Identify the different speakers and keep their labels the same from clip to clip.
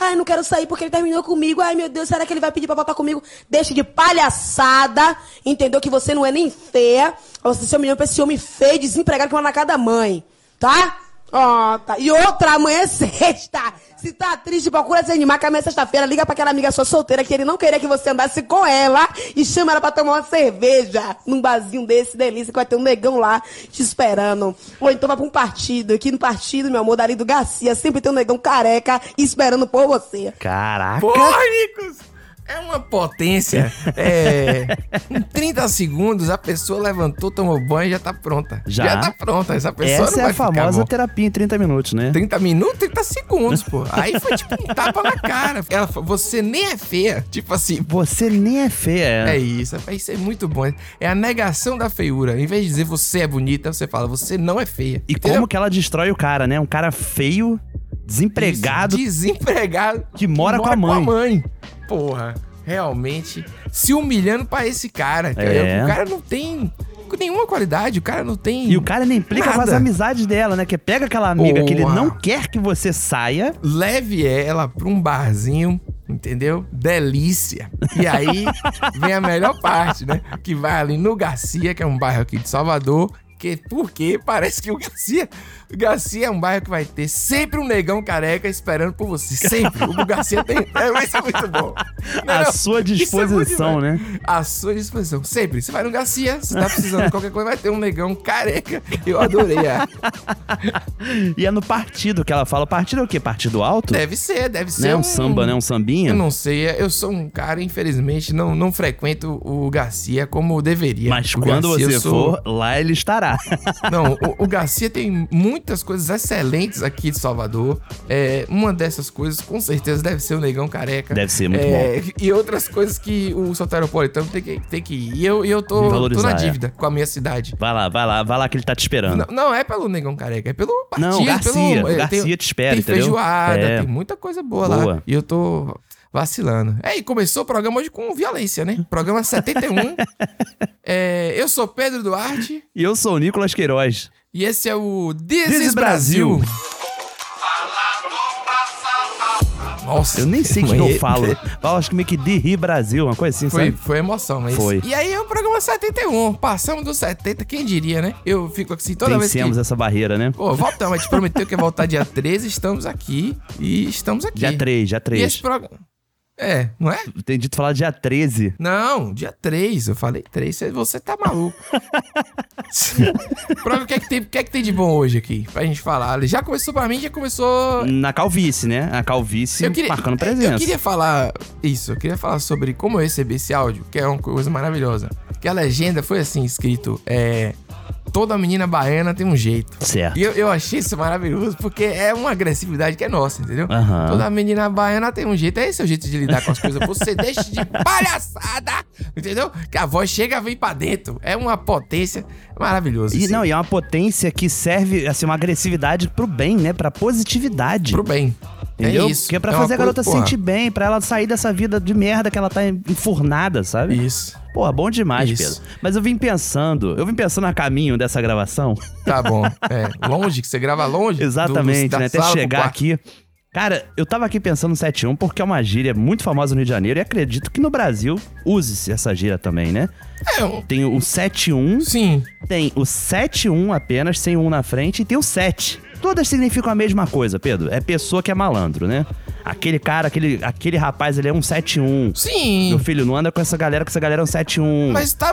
Speaker 1: Ai, não quero sair porque ele terminou comigo. Ai, meu Deus, será que ele vai pedir pra voltar comigo? Deixe de palhaçada. Entendeu que você não é nem feia. Você se humilhou pra esse homem feio, desempregado que mora na casa da mãe. Tá? Ó, tá. E outra, amanhã é sexta. Se tá triste, procura se animar, que amanhã é sexta-feira. Liga pra aquela amiga sua solteira que ele não queria que você andasse com ela e chama ela pra tomar uma cerveja num barzinho desse, delícia, que vai ter um negão lá te esperando. Ou então vai pra um partido. Aqui no partido, meu amor, Darido Garcia, sempre tem um negão careca esperando por você.
Speaker 2: Caraca.
Speaker 3: Porra, Nicos! É uma potência. É, em 30 segundos, a pessoa levantou, tomou banho e já tá pronta.
Speaker 2: Já?
Speaker 3: tá pronta. Essa pessoa
Speaker 2: Essa
Speaker 3: não
Speaker 2: é
Speaker 3: vai
Speaker 2: a
Speaker 3: ficar
Speaker 2: famosa
Speaker 3: bom.
Speaker 2: terapia em 30 minutos, né?
Speaker 3: 30 minutos, 30 segundos, pô. Aí foi tipo um tapa na cara. Ela falou, você nem é feia. Tipo assim,
Speaker 2: Você nem é feia.
Speaker 3: é isso, rapaz, isso é muito bom. É a negação da feiura. Em vez de dizer você é bonita, você fala, você não é feia.
Speaker 2: E
Speaker 3: Entendeu?
Speaker 2: como que ela destrói o cara, né? Um cara feio, desempregado,
Speaker 3: Desempregado.
Speaker 2: que mora, com a mãe.
Speaker 3: Porra, realmente se humilhando pra esse cara. entendeu?
Speaker 2: É.
Speaker 3: O cara não tem nenhuma qualidade, o cara não tem.
Speaker 2: E o cara nem implica com as
Speaker 3: Nada.
Speaker 2: amizades dela, né? Que pega aquela amiga que ele
Speaker 3: Boa.
Speaker 2: não quer que você saia.
Speaker 3: Leve ela pra um barzinho. Entendeu? Delícia. E aí vem a melhor parte, né? Que vai ali no Garcia, que é um bairro aqui de Salvador. Que, porque parece que o Garcia. O Garcia é um bairro que vai ter sempre um negão careca esperando por você. Sempre. O Garcia tem. É, isso é muito bom. Não,
Speaker 2: à
Speaker 3: não.
Speaker 2: sua
Speaker 3: Isso é bom
Speaker 2: disposição, né?
Speaker 3: à sua disposição. Sempre. Você vai no Garcia, você tá precisando de qualquer coisa, vai ter um negão careca. Eu adorei. a-
Speaker 2: E é no partido que ela fala. Partido é o quê? Partido alto?
Speaker 3: Deve ser, deve ser.
Speaker 2: né? Um, samba, né? Um sambinha.
Speaker 3: Eu não sei, eu sou um cara, infelizmente, não, não frequento o Garcia como eu deveria.
Speaker 2: Mas
Speaker 3: O
Speaker 2: quando
Speaker 3: Garcia,
Speaker 2: você
Speaker 3: eu sou-
Speaker 2: for, lá ele estará.
Speaker 3: Não, o, o Garcia tem muitas coisas excelentes aqui de Salvador. É, uma dessas coisas, com certeza, deve ser o Negão Careca.
Speaker 2: Deve ser muito bom.
Speaker 3: É, E outras coisas que o soteropolitano tem que, tem que ir. E eu, e eu tô, tô
Speaker 2: Valorizar,
Speaker 3: na
Speaker 2: é.
Speaker 3: dívida com a minha cidade.
Speaker 2: Vai lá, vai lá, vai lá que ele tá te esperando.
Speaker 3: Não, não é pelo Negão Careca, é pelo partido.
Speaker 2: Não, Garcia.
Speaker 3: pelo, é,
Speaker 2: Garcia
Speaker 3: tem,
Speaker 2: te espera,
Speaker 3: tem
Speaker 2: entendeu?
Speaker 3: feijoada,
Speaker 2: É.
Speaker 3: tem muita coisa boa,
Speaker 2: Boa.
Speaker 3: lá. E eu tô vacilando. É, e começou o programa hoje com violência, né? Programa 71. é, eu sou Pedro Duarte
Speaker 2: E eu sou o Nicolas Queiroz.
Speaker 3: e esse é o This,
Speaker 2: This
Speaker 3: is
Speaker 2: is
Speaker 3: Brasil.
Speaker 2: Brasil.
Speaker 3: Nossa,
Speaker 2: Eu nem sei o que, que
Speaker 3: mãe,
Speaker 2: eu falo. Eu acho que meio que de Ri Brasil, uma coisa assim,
Speaker 3: Foi,
Speaker 2: sabe?
Speaker 3: foi emoção, mas.
Speaker 2: Foi.
Speaker 3: E aí é o programa 71. Passamos dos 70, quem diria, né? Eu fico assim toda vez que.
Speaker 2: Vencemos essa barreira, né?
Speaker 3: Pô, voltamos, a gente prometeu que ia voltar dia 13, estamos aqui e estamos aqui.
Speaker 2: Dia 3, dia
Speaker 3: E esse
Speaker 2: 3.
Speaker 3: programa. É, não é?
Speaker 2: Tem dito falar dia 13.
Speaker 3: Não, dia 3, eu falei 3, você- você tá maluco. Prova o que, é que tem, o que é que tem de bom hoje aqui pra gente falar. Já começou pra mim, já começou.
Speaker 2: Na calvície, né? A calvície marcando presença.
Speaker 3: Eu queria falar isso, eu queria falar sobre como eu recebi esse áudio, que é uma coisa maravilhosa. Que a legenda foi assim, escrito, é. Toda menina baiana tem um jeito.
Speaker 2: Certo.
Speaker 3: E eu, eu achei isso maravilhoso, porque é uma agressividade que é nossa, entendeu?
Speaker 2: Aham.
Speaker 3: Toda menina baiana tem um jeito. É esse o jeito de lidar com as coisas. Você deixa de palhaçada, entendeu? Que a voz chega vem pra dentro. É uma potência maravilhosa.
Speaker 2: E,
Speaker 3: assim.
Speaker 2: não, e é uma potência que serve, assim, uma agressividade pro bem, né? Pra positividade.
Speaker 3: Pro bem.
Speaker 2: entendeu?
Speaker 3: É isso.
Speaker 2: Que é pra
Speaker 3: uma
Speaker 2: fazer a
Speaker 3: coisa-
Speaker 2: garota se
Speaker 3: porra,
Speaker 2: sentir bem, pra ela sair dessa vida de merda que ela tá enfurnada, sabe?
Speaker 3: Isso.
Speaker 2: Porra, bom demais,
Speaker 3: Isso.
Speaker 2: Pedro. Mas eu vim pensando, eu vim pensando a caminho dessa gravação.
Speaker 3: Tá bom. É, longe, que você grava longe. do- do-
Speaker 2: Exatamente,
Speaker 3: da
Speaker 2: né? Até
Speaker 3: sala pro
Speaker 2: chegar
Speaker 3: quarto.
Speaker 2: aqui. Cara, eu tava aqui pensando no 71 porque é uma gíria muito famosa no Rio de Janeiro e acredito que no Brasil use-se essa gíria também, né?
Speaker 3: É, um-
Speaker 2: Tem o 71,
Speaker 3: sim.
Speaker 2: tem o 71 apenas, sem um na frente, e tem o 7. Todas significam a mesma coisa, Pedro. É pessoa que é malandro, né? Aquele cara, aquele, aquele rapaz, ele é um 71. Meu
Speaker 3: Sim.
Speaker 2: filho, não anda com essa galera, que essa galera é um 71.
Speaker 3: Mas tá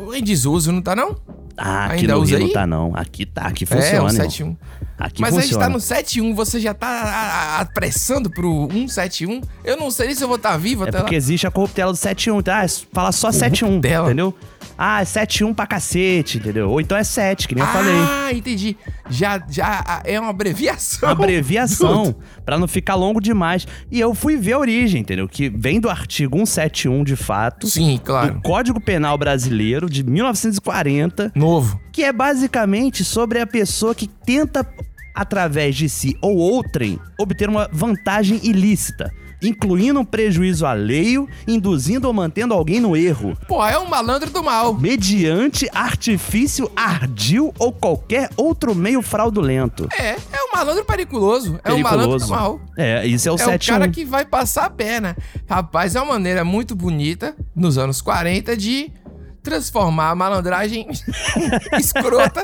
Speaker 3: meio em desuso, não tá não?
Speaker 2: ah, aqui
Speaker 3: ainda
Speaker 2: no
Speaker 3: usa
Speaker 2: Rio não
Speaker 3: aí?
Speaker 2: tá não. Aqui tá, aqui
Speaker 3: é,
Speaker 2: funciona,
Speaker 3: um
Speaker 2: irmão.
Speaker 3: 71.
Speaker 2: Aqui
Speaker 3: Mas a gente
Speaker 2: funciona.
Speaker 3: tá no 7-1, você já tá a- a- apressando pro 171. Eu não sei nem se eu vou estar vivo
Speaker 2: É
Speaker 3: até lá.
Speaker 2: porque existe a corruptela do 7-1. Tá? Ah, fala só 7-1,
Speaker 3: Corruptela.
Speaker 2: entendeu? Ah, é 7-1 pra cacete, entendeu? Ou então é 7, que nem eu falei.
Speaker 3: Ah, entendi. Já, já ah, é uma abreviação.
Speaker 2: Uma abreviação,
Speaker 3: Dudu.
Speaker 2: pra não ficar longo demais. E eu fui ver a origem, entendeu? Que vem do artigo 171, de fato,
Speaker 3: Sim, claro.
Speaker 2: do Código Penal Brasileiro, de 1940,
Speaker 3: Novo.
Speaker 2: que é basicamente sobre a pessoa que tenta, através de si ou outrem, obter uma vantagem ilícita, incluindo um prejuízo alheio, induzindo ou mantendo alguém no erro,
Speaker 3: Pô, é um malandro do mal.
Speaker 2: mediante artifício ardil ou qualquer outro meio fraudulento.
Speaker 3: É, é um malandro periculoso. É um malandro
Speaker 2: Periculoso.
Speaker 3: mal.
Speaker 2: É, isso é o
Speaker 3: É o
Speaker 2: 7
Speaker 3: cara que vai passar a perna. Rapaz, é uma maneira muito bonita, nos anos 40, de transformar a malandragem escrota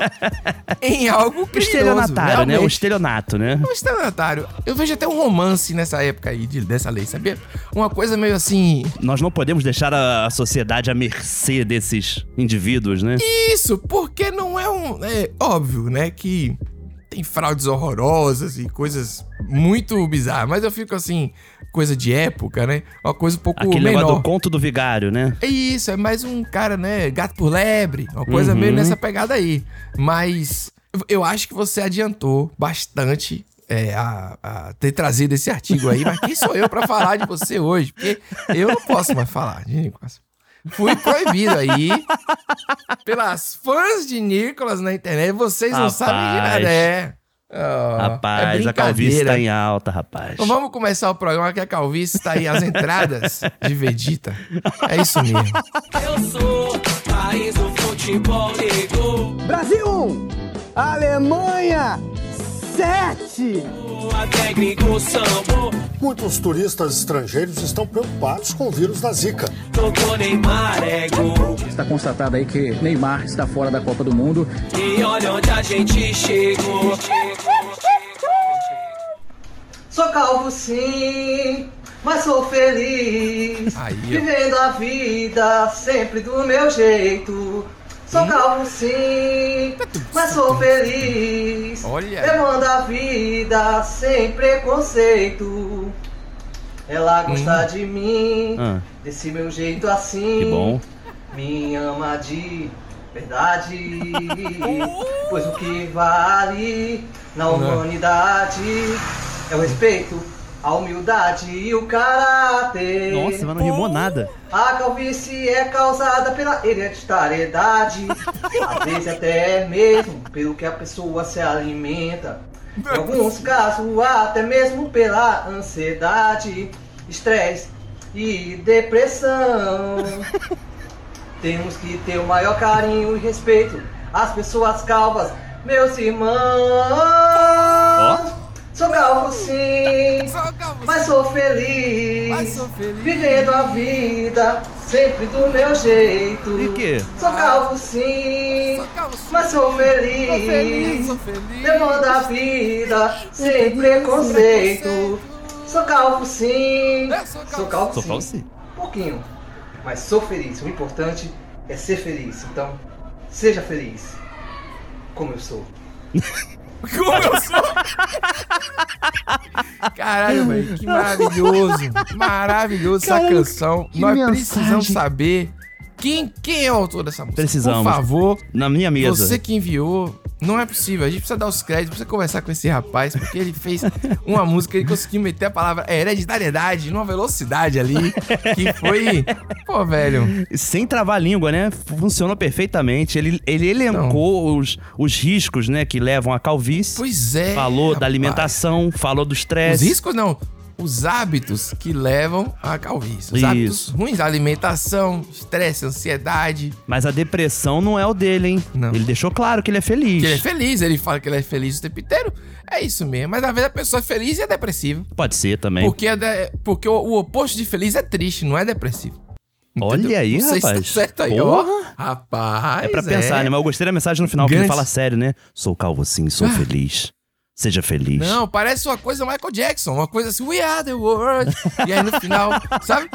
Speaker 3: em algo
Speaker 2: O
Speaker 3: criminoso.
Speaker 2: estelionatário, né? O
Speaker 3: realmente.
Speaker 2: estelionato, né?
Speaker 3: Um estelionatário. Eu vejo até um romance nessa época aí, de- dessa lei, sabia? Uma coisa meio assim...
Speaker 2: Nós não podemos deixar a, a sociedade à mercê desses indivíduos, né?
Speaker 3: Isso, porque não é um... É óbvio, né, que tem fraudes horrorosas e coisas muito bizarras. Mas eu fico assim, coisa de época, né? Uma coisa um pouco
Speaker 2: Aquele negócio
Speaker 3: menor.
Speaker 2: do conto do vigário, né?
Speaker 3: É isso, é mais um cara, né? Gato por lebre, uma coisa
Speaker 2: Uhum.
Speaker 3: meio nessa pegada aí. Mas eu acho que você adiantou bastante é, a, a ter trazido esse artigo aí. Mas quem sou eu pra falar de você hoje? Porque eu não posso mais falar de Nicolas. Fui proibido aí pelas fãs de Nicolas na internet. Vocês não sabem de
Speaker 2: Rapaz.
Speaker 3: nada, é. Ah, é
Speaker 2: Rapaz, a
Speaker 3: brincadeira.
Speaker 2: calvície tá em alta, rapaz.
Speaker 3: Então vamos começar o programa que a calvície tá aí às entradas de Vegeta. É isso mesmo.
Speaker 4: Eu sou país do futebol negro.
Speaker 5: Brasil 1, Alemanha 7.
Speaker 4: Até gringo sambo,
Speaker 6: Muitos turistas estrangeiros estão preocupados com o vírus da Zika.
Speaker 4: tocou Neymar é gol.
Speaker 7: Está constatado aí que Neymar está fora da Copa do Mundo.
Speaker 4: E olha onde a gente chegou.
Speaker 8: Sou calvo sim, mas sou feliz.
Speaker 3: Aí, ó.
Speaker 8: vivendo a vida sempre do meu jeito. Sou calvo sim,
Speaker 2: Tá
Speaker 8: mas sou feliz.
Speaker 3: Olha.
Speaker 8: Levando a vida sem preconceito. Ela gosta de mim,
Speaker 2: Hum. Ah.
Speaker 8: desse meu jeito assim.
Speaker 2: Que bom.
Speaker 8: Me ama de verdade,
Speaker 2: Uh!
Speaker 8: pois o que vale na humanidade é o respeito, a humildade e o caráter.
Speaker 2: Nossa, mas não rimou nada.
Speaker 8: A calvície é causada pela hereditariedade, às vezes até é mesmo pelo que a pessoa se alimenta. Em alguns casos, até mesmo pela ansiedade, estresse e depressão. Temos que ter o maior carinho e respeito às pessoas calvas, meus irmãos. Sou calvo sim, mas sou feliz.
Speaker 3: Mas sou feliz.
Speaker 8: Vivendo a vida sempre do meu jeito.
Speaker 2: E quê?
Speaker 8: Sou calvo sim, mas sou feliz. Levando a vida sem preconceito. Sou calvo sim, sou calvo
Speaker 2: Sou
Speaker 8: sim. Um
Speaker 2: falso?
Speaker 8: Pouquinho, mas sou feliz. O importante é ser feliz. Então, seja feliz. Como eu sou.
Speaker 3: Como eu sou? Caralho, velho, que maravilhoso. Maravilhoso essa canção. Nós precisamos saber quem, quem é o autor dessa música.
Speaker 2: Precisamos.
Speaker 3: Por favor,
Speaker 2: Na minha mesa.
Speaker 3: você que enviou, não é possível. A gente precisa dar os créditos, precisa conversar com esse rapaz, porque ele fez uma música, ele conseguiu meter a palavra hereditariedade numa velocidade ali, que foi... Pô, velho,
Speaker 2: Sem travar a língua, né? Funcionou perfeitamente. Ele, ele elencou os, os riscos, né, que levam à calvície.
Speaker 3: Então. pois é.
Speaker 2: falou da
Speaker 3: rapaz.
Speaker 2: alimentação, falou do
Speaker 3: Os
Speaker 2: estresse.
Speaker 3: riscos não. Os hábitos que levam à calvície. Os hábitos
Speaker 2: Isso.
Speaker 3: ruins, alimentação, estresse, ansiedade.
Speaker 2: Mas a depressão não é o dele, hein?
Speaker 3: Não.
Speaker 2: Ele deixou claro que ele é feliz.
Speaker 3: Que ele é feliz, ele fala que ele é feliz o tempo inteiro. É isso mesmo. Mas às vezes a pessoa é feliz e é depressiva.
Speaker 2: Pode ser também.
Speaker 3: Porque, é de- porque o, o oposto de feliz é triste, não é depressivo.
Speaker 2: Olha aí,
Speaker 3: Não sei se tá
Speaker 2: rapaz.
Speaker 3: certo aí,
Speaker 2: Porra.
Speaker 3: ó. Rapaz.
Speaker 2: É pra pensar, né? Mas eu gostei da mensagem no final, que ele
Speaker 3: Grande-
Speaker 2: fala sério, né? Sou calvo sim, sou
Speaker 3: Ah.
Speaker 2: feliz. Seja feliz.
Speaker 3: Não, parece uma coisa Michael Jackson, uma coisa assim, we are the world. E aí no final, sabe?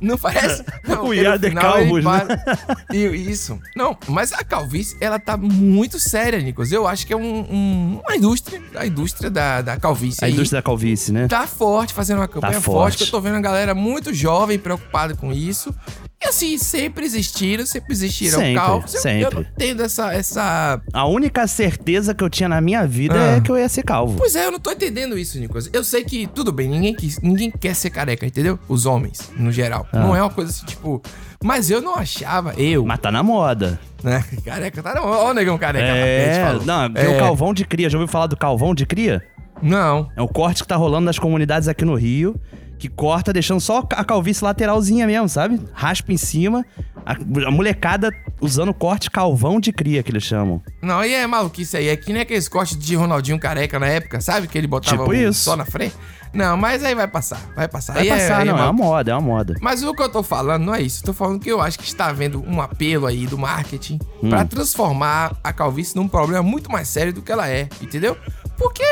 Speaker 3: Não parece? Não,
Speaker 2: We
Speaker 3: porque no
Speaker 2: are the
Speaker 3: final ele
Speaker 2: calvos, né?
Speaker 3: para- E isso. Não, mas a calvície, ela tá muito séria, Nicolas. Eu acho que é um- um- uma indústria, a indústria da, da calvície.
Speaker 2: A
Speaker 3: aí
Speaker 2: indústria da calvície, né?
Speaker 3: tá forte, fazendo uma campanha
Speaker 2: forte.
Speaker 3: forte. que Eu tô vendo a galera muito jovem preocupada com isso. E assim, sempre existiram, sempre existiram
Speaker 2: Sempre,
Speaker 3: calvos. Eu- Eu,
Speaker 2: sempre.
Speaker 3: não tendo essa, essa
Speaker 2: A única certeza que eu tinha na minha vida
Speaker 3: Ah.
Speaker 2: é que eu ia ser calvo.
Speaker 3: Pois é, eu não tô entendendo isso, Nicolas. Eu sei que, tudo bem, ninguém, quis, ninguém quer ser careca, entendeu? Os homens, no geral.
Speaker 2: Ah.
Speaker 3: Não é uma coisa assim, tipo. Mas eu não achava, eu,
Speaker 2: Mas tá na moda.
Speaker 3: né? Careca, tá não. Ó, o negão careca. a gente
Speaker 2: É,
Speaker 3: falou.
Speaker 2: não, porque o
Speaker 3: É.
Speaker 2: calvão de cria, um já ouviu falar do calvão de cria?
Speaker 3: Não.
Speaker 2: É o corte que tá rolando nas comunidades aqui no Rio, que corta deixando só a calvície lateralzinha mesmo, sabe? Raspa em cima. A, a molecada usando corte calvão de cria, que eles chamam.
Speaker 3: Não, e é maluquice aí. É que nem aqueles cortes de Ronaldinho careca na época, sabe? Que ele botava
Speaker 2: Tipo
Speaker 3: um
Speaker 2: isso.
Speaker 3: só na frente. Não, mas aí vai passar, vai passar.
Speaker 2: Vai
Speaker 3: Aí é-
Speaker 2: passar,
Speaker 3: aí é
Speaker 2: não. É uma
Speaker 3: maluquice.
Speaker 2: moda, é uma moda.
Speaker 3: Mas o que eu tô falando não é isso. Eu tô falando que eu acho que está havendo um apelo aí do marketing pra
Speaker 2: Hum.
Speaker 3: transformar a calvície num problema muito mais sério do que ela é, entendeu? Porque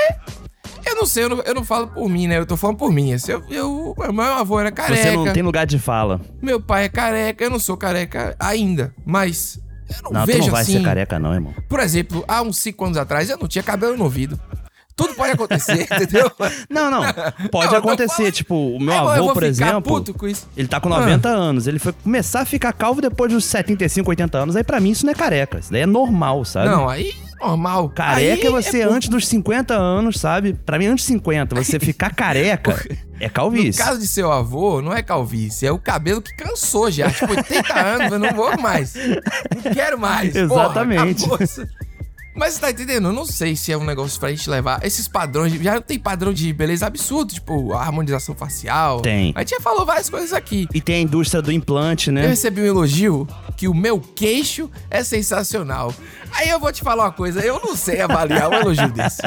Speaker 3: eu não sei, eu não, eu não falo por mim, né? Eu tô falando por mim. Assim, eu, eu- meu avô era careca,
Speaker 2: Você não tem lugar de fala.
Speaker 3: meu pai é careca, eu não sou careca ainda, mas eu não,
Speaker 2: Não, tu
Speaker 3: vejo
Speaker 2: não vai
Speaker 3: assim.
Speaker 2: ser careca, não, irmão.
Speaker 3: Por exemplo, há uns 5 anos atrás eu não tinha cabelo no ouvido. Tudo pode acontecer, entendeu?
Speaker 2: Não, não. Pode
Speaker 3: Não,
Speaker 2: acontecer.
Speaker 3: não fala-
Speaker 2: Tipo, o meu
Speaker 3: Aí, irmão, eu
Speaker 2: avô,
Speaker 3: vou
Speaker 2: por
Speaker 3: ficar
Speaker 2: exemplo.
Speaker 3: puto com isso. Ah.
Speaker 2: Ele tá com 90 anos. Ele foi começar a ficar calvo depois dos 75, 80 anos. Aí pra mim isso não é careca. Isso daí é normal, sabe?
Speaker 3: Não, aí normal.
Speaker 2: Careca
Speaker 3: Aí
Speaker 2: é você
Speaker 3: puto.
Speaker 2: antes dos 50 anos, sabe? Pra mim, antes de 50, você ficar careca é
Speaker 3: No
Speaker 2: calvície.
Speaker 3: caso de seu avô, não é calvície, é o cabelo que cansou já. Tipo, 80 anos, eu não vou mais. Não quero mais. Porra,
Speaker 2: Exatamente.
Speaker 3: acabou isso. mas você tá entendendo? Eu não sei se é um negócio pra gente levar esses padrões. De, já tem padrão de beleza absurdo, tipo a harmonização facial.
Speaker 2: Tem.
Speaker 3: A gente já falou várias coisas aqui.
Speaker 2: E tem a indústria do implante,
Speaker 3: Eu
Speaker 2: né?
Speaker 3: recebi um elogio que o meu queixo é sensacional. Aí eu vou te falar uma coisa, eu não sei avaliar um elogio desse.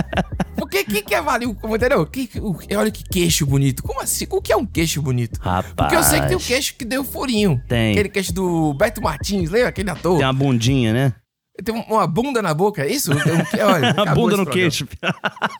Speaker 3: Porque quem que avalia o. Entendeu? Que, o- olha que queixo bonito. Como assim? O que é um queixo bonito?
Speaker 2: Rapaz.
Speaker 3: Porque eu sei que tem um queixo que deu furinho.
Speaker 2: Tem.
Speaker 3: Aquele queixo do Beto Martins, lembra? Aquele ator.
Speaker 2: Tem uma bundinha, né?
Speaker 3: Tem um- uma bunda na boca, é isso? Tem um que- olha,
Speaker 2: A
Speaker 3: acabou
Speaker 2: bunda
Speaker 3: esse
Speaker 2: no
Speaker 3: programa.
Speaker 2: queixo.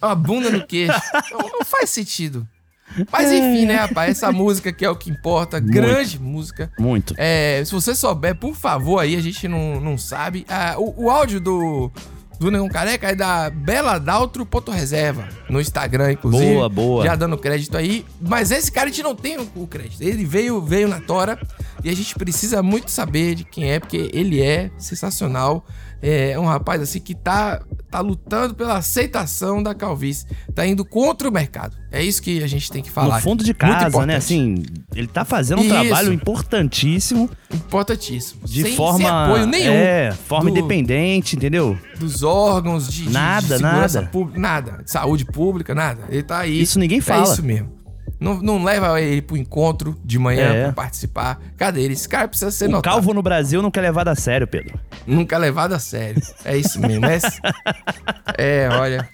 Speaker 3: Uma bunda no queixo. não, não faz sentido. Mas
Speaker 2: É.
Speaker 3: enfim, né, rapaz? Essa música que é o que importa. Grande música.
Speaker 2: Muito.
Speaker 3: É, se você souber, por favor, aí a gente não, não sabe. Ah, o, o áudio do, do Negão Careca é da Bela Daltro Ponto Reserva, no Instagram, inclusive.
Speaker 2: Boa, boa.
Speaker 3: Já dando crédito aí. Mas esse cara a gente não tem o, o crédito. Ele veio, veio na tora e a gente precisa muito saber de quem é, porque ele é sensacional. É é um rapaz assim que tá, tá lutando pela aceitação da calvície. Tá indo contra o mercado. É isso que a gente tem que falar.
Speaker 2: No fundo de
Speaker 3: Muito
Speaker 2: casa,
Speaker 3: importante.
Speaker 2: né? Assim, ele tá fazendo um
Speaker 3: Isso.
Speaker 2: trabalho importantíssimo
Speaker 3: Importantíssimo.
Speaker 2: de
Speaker 3: sem,
Speaker 2: forma.
Speaker 3: Sem apoio nenhum.
Speaker 2: É, forma
Speaker 3: do-
Speaker 2: independente, entendeu?
Speaker 3: dos órgãos de, de-
Speaker 2: Nada,
Speaker 3: de segurança
Speaker 2: nada.
Speaker 3: pública, nada, de saúde pública, nada. Ele tá aí.
Speaker 2: Isso ninguém fala.
Speaker 3: É isso mesmo. Não, não leva ele pro encontro de manhã
Speaker 2: É.
Speaker 3: pra participar. Cadê ele? Esse cara precisa ser
Speaker 2: O
Speaker 3: notado.
Speaker 2: calvo no Brasil não quer levado a sério, Pedro.
Speaker 3: Nunca é levado a sério. É isso mesmo. É, é, olha.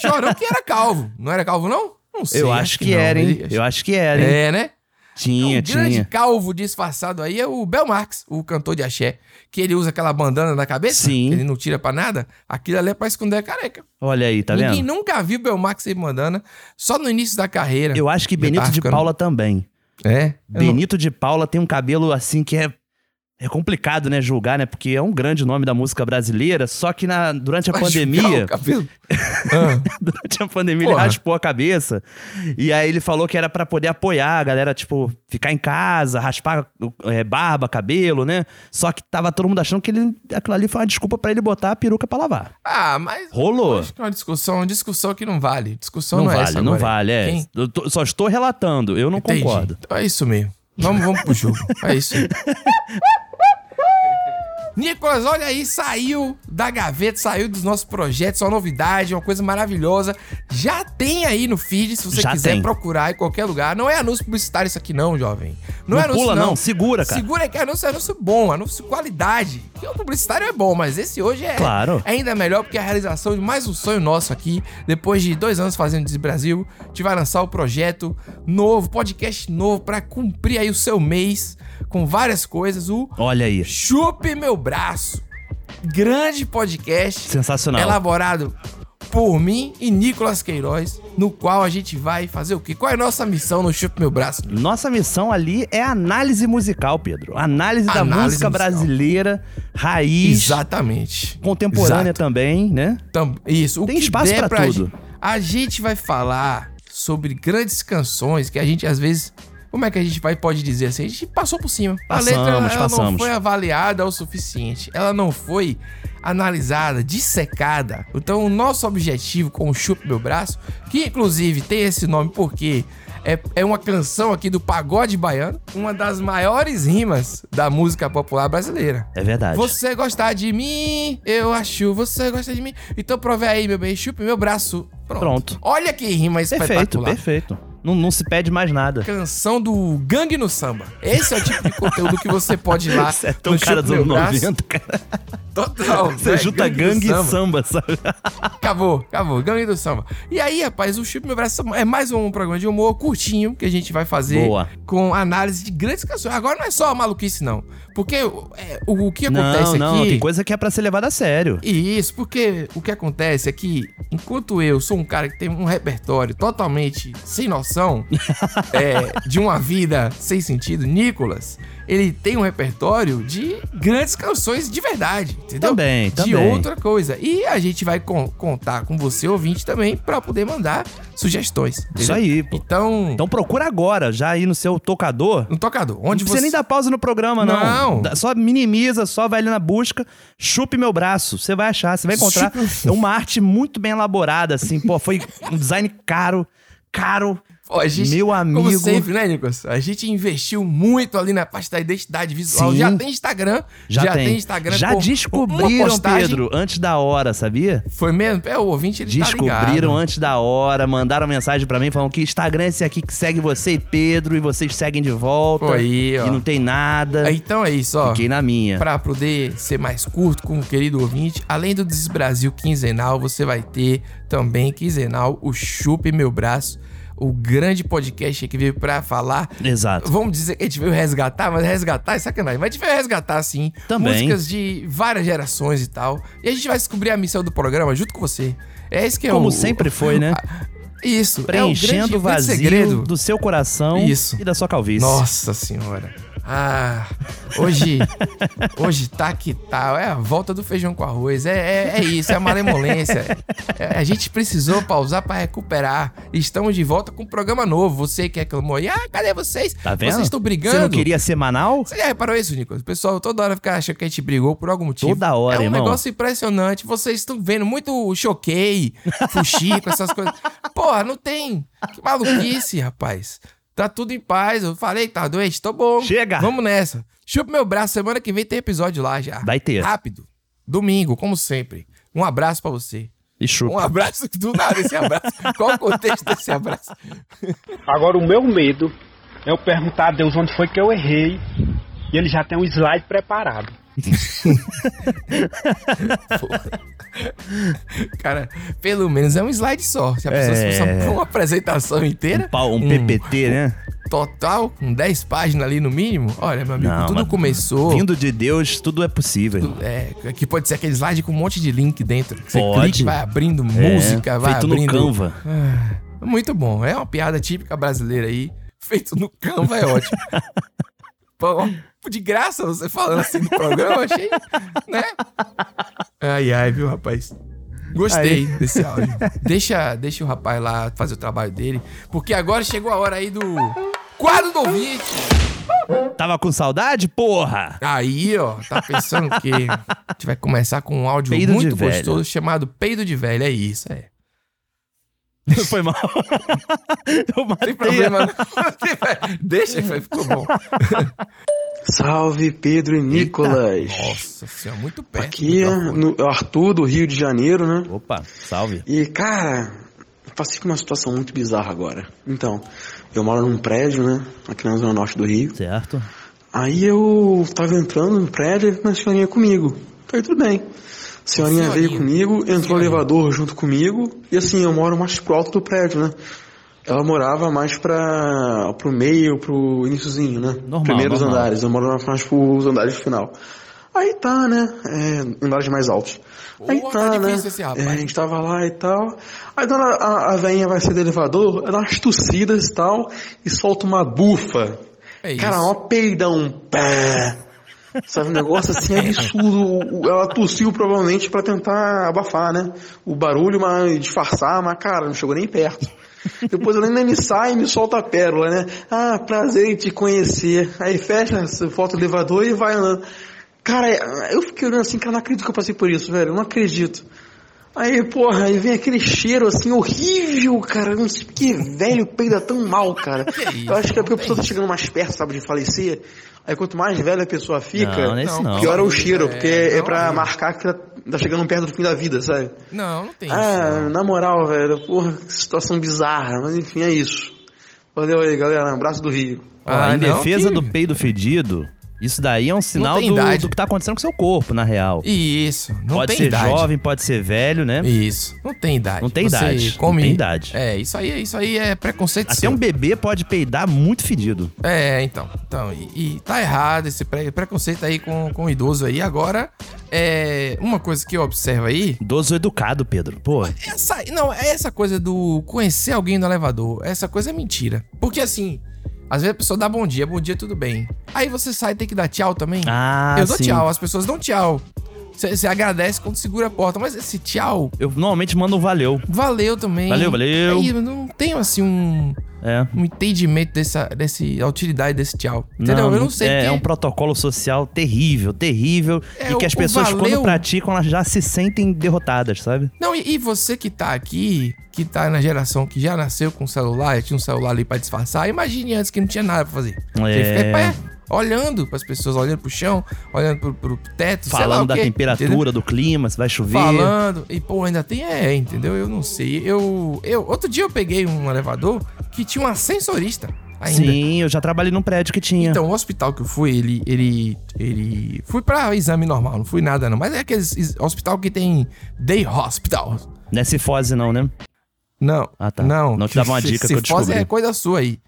Speaker 3: Chorão que era calvo. Não era calvo, não? Não sei.
Speaker 2: Eu acho que
Speaker 3: não.
Speaker 2: era, hein?
Speaker 3: Ele-
Speaker 2: Eu acho que era, hein?
Speaker 3: É, né?
Speaker 2: Tinha,
Speaker 3: o grande
Speaker 2: tinha.
Speaker 3: calvo disfarçado aí é o Belmarx, o cantor de axé, que ele usa aquela bandana na cabeça,
Speaker 2: Sim.
Speaker 3: que ele não tira pra nada. Aquilo ali é pra esconder a careca.
Speaker 2: Olha aí, tá
Speaker 3: Ninguém
Speaker 2: vendo?
Speaker 3: nunca viu Belmax e Mandana, só no início da carreira.
Speaker 2: Eu acho que Benito
Speaker 3: Tá
Speaker 2: de
Speaker 3: ficando-
Speaker 2: Paula também.
Speaker 3: É? Eu não-
Speaker 2: Benito de Paula tem um cabelo assim que é. É complicado, né, julgar, né? Porque é um grande nome da música brasileira, só que na, durante a
Speaker 3: Vai
Speaker 2: pandemia.
Speaker 3: chutar o cabelo? Ah,
Speaker 2: Durante a pandemia, ele
Speaker 3: Porra.
Speaker 2: raspou a cabeça. E aí ele falou que era pra poder apoiar a galera, tipo, ficar em casa, raspar eh, barba, cabelo, né? Só que tava todo mundo achando que ele, aquilo ali foi uma desculpa pra ele botar a peruca pra lavar.
Speaker 3: ah, mas.
Speaker 2: Rolou.
Speaker 3: Acho que é uma discussão, uma discussão que não vale. Discussão
Speaker 2: Não,
Speaker 3: não, é
Speaker 2: vale,
Speaker 3: essa
Speaker 2: não
Speaker 3: agora.
Speaker 2: vale, é.
Speaker 3: Quem-
Speaker 2: Eu tô- só estou relatando, eu não
Speaker 3: Entendi.
Speaker 2: concordo.
Speaker 3: Então é isso mesmo. Vamos, vamos pro jogo. É isso. Nicolas, olha aí, saiu da gaveta, saiu dos nossos projetos, uma novidade, uma coisa maravilhosa. Já tem aí no feed, se você
Speaker 2: Já
Speaker 3: quiser
Speaker 2: tem.
Speaker 3: procurar em qualquer lugar. Não é anúncio publicitário isso aqui não, jovem. Não, é
Speaker 2: Não
Speaker 3: anúncio
Speaker 2: pula
Speaker 3: não.
Speaker 2: não, segura, cara.
Speaker 3: Segura que anúncio é anúncio bom, anúncio qualidade. Porque o publicitário é bom, mas esse hoje é
Speaker 2: Claro.
Speaker 3: é ainda melhor porque é a realização de mais um sonho nosso aqui. Depois de dois anos fazendo Diz Brasil, a gente vai lançar o projeto novo, podcast novo, pra cumprir aí o seu mês com várias coisas. O
Speaker 2: Olha aí,
Speaker 3: Chupe Meu Braço. Grande podcast.
Speaker 2: sensacional.
Speaker 3: Elaborado por mim e Nicolas Queiroz, no qual a gente vai fazer o quê? Qual é a nossa missão no Chupa Meu Braço?
Speaker 2: Nossa missão ali é análise musical, Pedro. Análise da
Speaker 3: Análise
Speaker 2: música
Speaker 3: musical.
Speaker 2: brasileira, raiz,
Speaker 3: Exatamente.
Speaker 2: contemporânea
Speaker 3: Exato.
Speaker 2: também, né?
Speaker 3: Tam- isso. O
Speaker 2: Tem
Speaker 3: que
Speaker 2: espaço
Speaker 3: der
Speaker 2: pra
Speaker 3: a
Speaker 2: tudo.
Speaker 3: gen- A gente vai falar sobre grandes canções que a gente às vezes. Como é que a gente vai, pode dizer assim? A gente passou por cima.
Speaker 2: Passamos,
Speaker 3: a letra ela não
Speaker 2: passamos.
Speaker 3: foi avaliada o suficiente. Ela não foi analisada, dissecada. Então, o nosso objetivo com o Chupa Meu Braço, que inclusive tem esse nome porque é, é uma canção aqui do Pagode Baiano, uma das maiores rimas da música popular brasileira.
Speaker 2: É verdade.
Speaker 3: Você gostar de mim, eu acho. Você gosta de mim. Então prove aí, meu bem. Chupe meu braço. Pronto.
Speaker 2: Pronto.
Speaker 3: Olha que rima
Speaker 2: Perfeito,
Speaker 3: espetacular.
Speaker 2: perfeito. Não, não se pede mais nada.
Speaker 3: Canção do Gangue no Samba. Esse é o tipo de conteúdo que você pode ir lá.
Speaker 2: Isso é tão
Speaker 3: no
Speaker 2: cara
Speaker 3: Chupa
Speaker 2: dos
Speaker 3: Meu
Speaker 2: anos
Speaker 3: Braço.
Speaker 2: 90, cara.
Speaker 3: Total.
Speaker 2: Você
Speaker 3: né?
Speaker 2: junta gangue e
Speaker 3: do
Speaker 2: samba, sabe?
Speaker 3: Acabou, acabou. Gangue do samba. E aí, rapaz, o Chip Meu Braço é mais um programa de humor curtinho que a gente vai fazer
Speaker 2: Boa.
Speaker 3: com análise de grandes canções. Agora não é só maluquice, não. Porque é, o, o que acontece
Speaker 2: Não, não,
Speaker 3: aqui.
Speaker 2: tem coisa que é pra ser levada a sério.
Speaker 3: E isso, porque o que acontece é que, enquanto eu sou um cara que tem um repertório totalmente sem noção, é, de uma vida sem sentido, Nicolas, ele tem um repertório de grandes canções de verdade, entendeu?
Speaker 2: Também,
Speaker 3: de
Speaker 2: também.
Speaker 3: outra coisa. E a gente vai con- contar com você, ouvinte, também, pra poder mandar sugestões.
Speaker 2: Isso
Speaker 3: entendeu?
Speaker 2: aí, pô.
Speaker 3: Então,
Speaker 2: Então procura agora, já aí no seu tocador.
Speaker 3: no tocador,
Speaker 2: Não
Speaker 3: onde
Speaker 2: precisa
Speaker 3: você.
Speaker 2: nem dar pausa no programa, não.
Speaker 3: Não.
Speaker 2: Dá- Só minimiza, só vai ali na busca, chupe meu braço. Você vai achar, você vai encontrar É uma arte muito bem elaborada, assim. Pô, foi um design caro, caro.
Speaker 3: Ó, a gente-
Speaker 2: Meu
Speaker 3: Como
Speaker 2: amigo.
Speaker 3: sempre, né, Nicolas? A gente investiu muito ali na parte da identidade visual.
Speaker 2: Sim.
Speaker 3: Já tem Instagram.
Speaker 2: Já, tem.
Speaker 3: Instagram.
Speaker 2: Já
Speaker 3: com- uma
Speaker 2: descobriram,
Speaker 3: postagem.
Speaker 2: Pedro, antes da hora, sabia?
Speaker 3: Foi mesmo? É, o ouvinte, ele tá
Speaker 2: Descobriram
Speaker 3: ligado.
Speaker 2: antes da hora, mandaram mensagem pra mim, falando que Instagram é esse aqui que segue você e Pedro, e vocês seguem de volta.
Speaker 3: Aí, ó.
Speaker 2: E não tem nada.
Speaker 3: Então é isso, ó.
Speaker 2: Fiquei na minha.
Speaker 3: Pra poder ser mais curto com o querido ouvinte, além do Desbrasil quinzenal, você vai ter também quinzenal o Chupe Meu Braço, o grande podcast que veio pra falar
Speaker 2: Exato.
Speaker 3: Vamos dizer que a gente veio resgatar, mas resgatar é sacanagem. Mas a gente veio resgatar, assim
Speaker 2: Também.
Speaker 3: Músicas de várias gerações e tal. E a gente vai descobrir a missão do programa junto com você. É esse que é o...
Speaker 2: Como sempre foi, né?
Speaker 3: Ah, Isso. é o grande-
Speaker 2: Preenchendo o
Speaker 3: grande
Speaker 2: vazio
Speaker 3: segredo.
Speaker 2: do seu coração
Speaker 3: Isso.
Speaker 2: e da sua calvície.
Speaker 3: Nossa senhora. Ah, hoje, hoje tá que tal. É a volta do feijão com arroz. É, é, é isso, é a malemolência. É, a gente precisou pausar pra recuperar. Estamos de volta com um programa novo. Você que reclamou aí, ah, cadê vocês?
Speaker 2: Tá vendo?
Speaker 3: Vocês estão brigando.
Speaker 2: Você não queria semanal?
Speaker 3: Você já reparou isso, Nicolas? O pessoal toda hora fica achando que a gente brigou por algum motivo.
Speaker 2: Toda hora,
Speaker 3: É um
Speaker 2: irmão.
Speaker 3: negócio impressionante. Vocês estão vendo muito choquei, fuxico, essas coisas. Porra, não tem. Que maluquice, rapaz. Tá tudo em paz. Eu falei que tá doente, tô bom.
Speaker 2: Chega.
Speaker 3: Vamos nessa. Chupa meu braço. Semana que vem tem episódio lá já.
Speaker 2: Vai ter.
Speaker 3: Rápido. Domingo, como sempre. Um abraço pra você.
Speaker 2: E chupa.
Speaker 3: Um abraço do nada esse abraço. Qual o contexto desse abraço?
Speaker 9: Agora, o meu medo é eu perguntar a Deus onde foi que eu errei e ele já tem um slide preparado.
Speaker 3: Cara, pelo menos é um slide só. Se a pessoa
Speaker 2: É.
Speaker 3: se fosse uma apresentação inteira.
Speaker 2: Um, pau- um PPT, né?
Speaker 3: total, com 10 páginas ali no mínimo. Olha, meu amigo,
Speaker 2: Não,
Speaker 3: tudo
Speaker 2: mas
Speaker 3: começou.
Speaker 2: Vindo de Deus, tudo é possível. irmão.
Speaker 3: É, que pode ser aquele slide com um monte de link dentro. Você
Speaker 2: Pode.
Speaker 3: clica, vai abrindo
Speaker 2: É,
Speaker 3: música, vai
Speaker 2: Feito
Speaker 3: abrindo.
Speaker 2: no Canva.
Speaker 3: Ah, muito bom. É uma piada típica brasileira aí. Feito no Canva é ótimo. Pô, de graça você falando assim no programa, achei. Né? Ai, ai, viu, rapaz? Gostei desse áudio. Deixa, deixa o rapaz lá fazer o trabalho dele, porque agora chegou a hora aí do quadro do ouvinte.
Speaker 2: Tava com saudade, porra?
Speaker 3: Aí, ó, tá pensando que a gente vai começar com um áudio
Speaker 2: Peido de
Speaker 3: muito
Speaker 2: velho.
Speaker 3: gostoso chamado Peido de Velho. É isso, é.
Speaker 2: Foi mal. Eu matei.
Speaker 3: Sem problema. não. Deixa, velho, ficou bom.
Speaker 10: Salve Pedro e Nicolas.
Speaker 3: Nossa senhora, muito perto.
Speaker 10: Aqui
Speaker 3: do
Speaker 10: é
Speaker 3: microfone.
Speaker 10: no é o Arthur do Rio de Janeiro, né?
Speaker 2: Opa, salve.
Speaker 10: E cara, eu passei por uma situação muito bizarra agora. Então, eu moro num prédio, né? Aqui na zona norte do Rio.
Speaker 2: Certo?
Speaker 10: Aí eu tava entrando no prédio e uma senhorinha comigo. Falei, tudo bem. A senhorinha
Speaker 3: Senhorinha.
Speaker 10: veio comigo, entrou no
Speaker 3: Senhorinha.
Speaker 10: elevador junto comigo. E assim, eu moro mais pro alto do prédio, né? Ela morava mais pra, pro meio, pro iníciozinho, né?
Speaker 2: Normal,
Speaker 10: Primeiros
Speaker 2: normal.
Speaker 10: andares. Eu moro mais pros andares do final. Aí tá, né? É, andares mais altos. Aí
Speaker 3: Porra,
Speaker 10: tá,
Speaker 3: tá
Speaker 10: né?
Speaker 3: difícil esse rapaz.
Speaker 10: É, a gente tava lá e tal. Aí quando a, a veinha vai sair do elevador, ela dá umas tossidas e tal, e solta uma bufa.
Speaker 3: É isso.
Speaker 10: Cara, ó, peidão. Pé. Sabe, um negócio
Speaker 3: É.
Speaker 10: assim absurdo. O- o- Ela tossiu provavelmente pra tentar abafar, né? O barulho, mas disfarçar, mas cara, não chegou nem perto. Depois ela ainda me sai e me solta a pérola, né? Ah, prazer em te conhecer. Aí fecha, foto do elevador e vai andando. Cara, eu fiquei olhando assim, cara, não acredito que eu passei por isso, velho. Eu não acredito. Aí, porra, aí vem aquele cheiro assim horrível, cara. Eu Não sei porque velho peida tão mal, cara.
Speaker 3: isso,
Speaker 10: eu acho que é
Speaker 3: não
Speaker 10: porque a pessoa tá chegando mais perto, sabe, de falecer. Aí quanto mais velha a pessoa fica,
Speaker 2: Não, nesse
Speaker 3: não.
Speaker 2: não.
Speaker 10: pior é o cheiro, porque é,
Speaker 3: não,
Speaker 10: pra
Speaker 3: não.
Speaker 10: marcar que tá, tá chegando perto do fim da vida, sabe?
Speaker 3: Não, não tem isso.
Speaker 10: ah,
Speaker 3: não.
Speaker 10: na moral, velho, porra, que situação bizarra, mas enfim, é isso. Valeu aí, galera. Um abraço do Rio.
Speaker 2: Ó,
Speaker 3: Ah,
Speaker 2: em defesa do peido fedido, isso daí é um sinal
Speaker 3: tem
Speaker 2: do,
Speaker 3: idade.
Speaker 2: do que tá acontecendo com seu corpo, na real.
Speaker 3: Isso, não
Speaker 2: pode
Speaker 3: tem
Speaker 2: ser
Speaker 3: idade. né?
Speaker 2: jovem, pode ser velho, né?
Speaker 3: Isso, não tem idade.
Speaker 2: Não tem
Speaker 3: Você
Speaker 2: idade.
Speaker 3: come-
Speaker 2: Não tem idade.
Speaker 3: É, isso aí, isso aí é preconceito
Speaker 2: Até
Speaker 3: seu.
Speaker 2: um bebê pode peidar muito fedido.
Speaker 3: É, então. então e, e tá errado esse pre- preconceito aí com, com o idoso aí. Agora, é uma coisa que eu observo aí. Ah,
Speaker 2: Idoso educado, Pedro. Pô,
Speaker 3: Essa, não, é essa coisa do conhecer alguém no elevador. Essa coisa é mentira. Porque assim, às vezes a pessoa dá bom dia, bom dia, tudo bem. Aí você sai e tem que dar tchau também.
Speaker 2: Ah,
Speaker 3: Eu dou
Speaker 2: sim.
Speaker 3: tchau, as pessoas dão tchau. Você agradece quando segura a porta, mas esse tchau,
Speaker 2: eu normalmente mando um valeu.
Speaker 3: valeu também.
Speaker 2: Valeu, valeu.
Speaker 3: Aí eu não tenho assim um,
Speaker 2: É.
Speaker 3: um entendimento dessa, desse, da utilidade desse tchau. Entendeu? eu não sei.
Speaker 2: É,
Speaker 3: porque-
Speaker 2: é um protocolo social terrível, terrível.
Speaker 3: É,
Speaker 2: e que
Speaker 3: o-
Speaker 2: as
Speaker 3: o
Speaker 2: pessoas,
Speaker 3: valeu-
Speaker 2: quando praticam, elas já se sentem derrotadas, sabe?
Speaker 3: Não, e, e você que tá aqui, que tá na geração que já nasceu com celular, e tinha um celular ali pra disfarçar, imagine antes que não tinha nada pra fazer. Você
Speaker 2: É.
Speaker 3: fica em pé, olhando pras pessoas, olhando pro chão, olhando pro, pro teto, sei lá o
Speaker 2: Falando da
Speaker 3: quê,
Speaker 2: temperatura,
Speaker 3: entendeu?
Speaker 2: do clima, se vai chover.
Speaker 3: Falando, e pô, ainda tem é, entendeu? Eu não sei. Eu, eu Outro dia eu peguei um elevador que tinha um ascensorista ainda.
Speaker 2: Sim, eu já trabalhei num prédio que tinha.
Speaker 3: Então, o hospital que eu fui, ele. ele, ele fui pra exame normal, não fui nada não. Mas é aqueles is- hospital que tem day hospital.
Speaker 2: Não é cifose, não, né?
Speaker 3: Não.
Speaker 2: Ah, tá.
Speaker 3: Não.
Speaker 2: Não te dava uma
Speaker 3: Se-
Speaker 2: dica
Speaker 3: se
Speaker 2: que eu
Speaker 3: fosse,
Speaker 2: descobri.
Speaker 3: é coisa sua aí.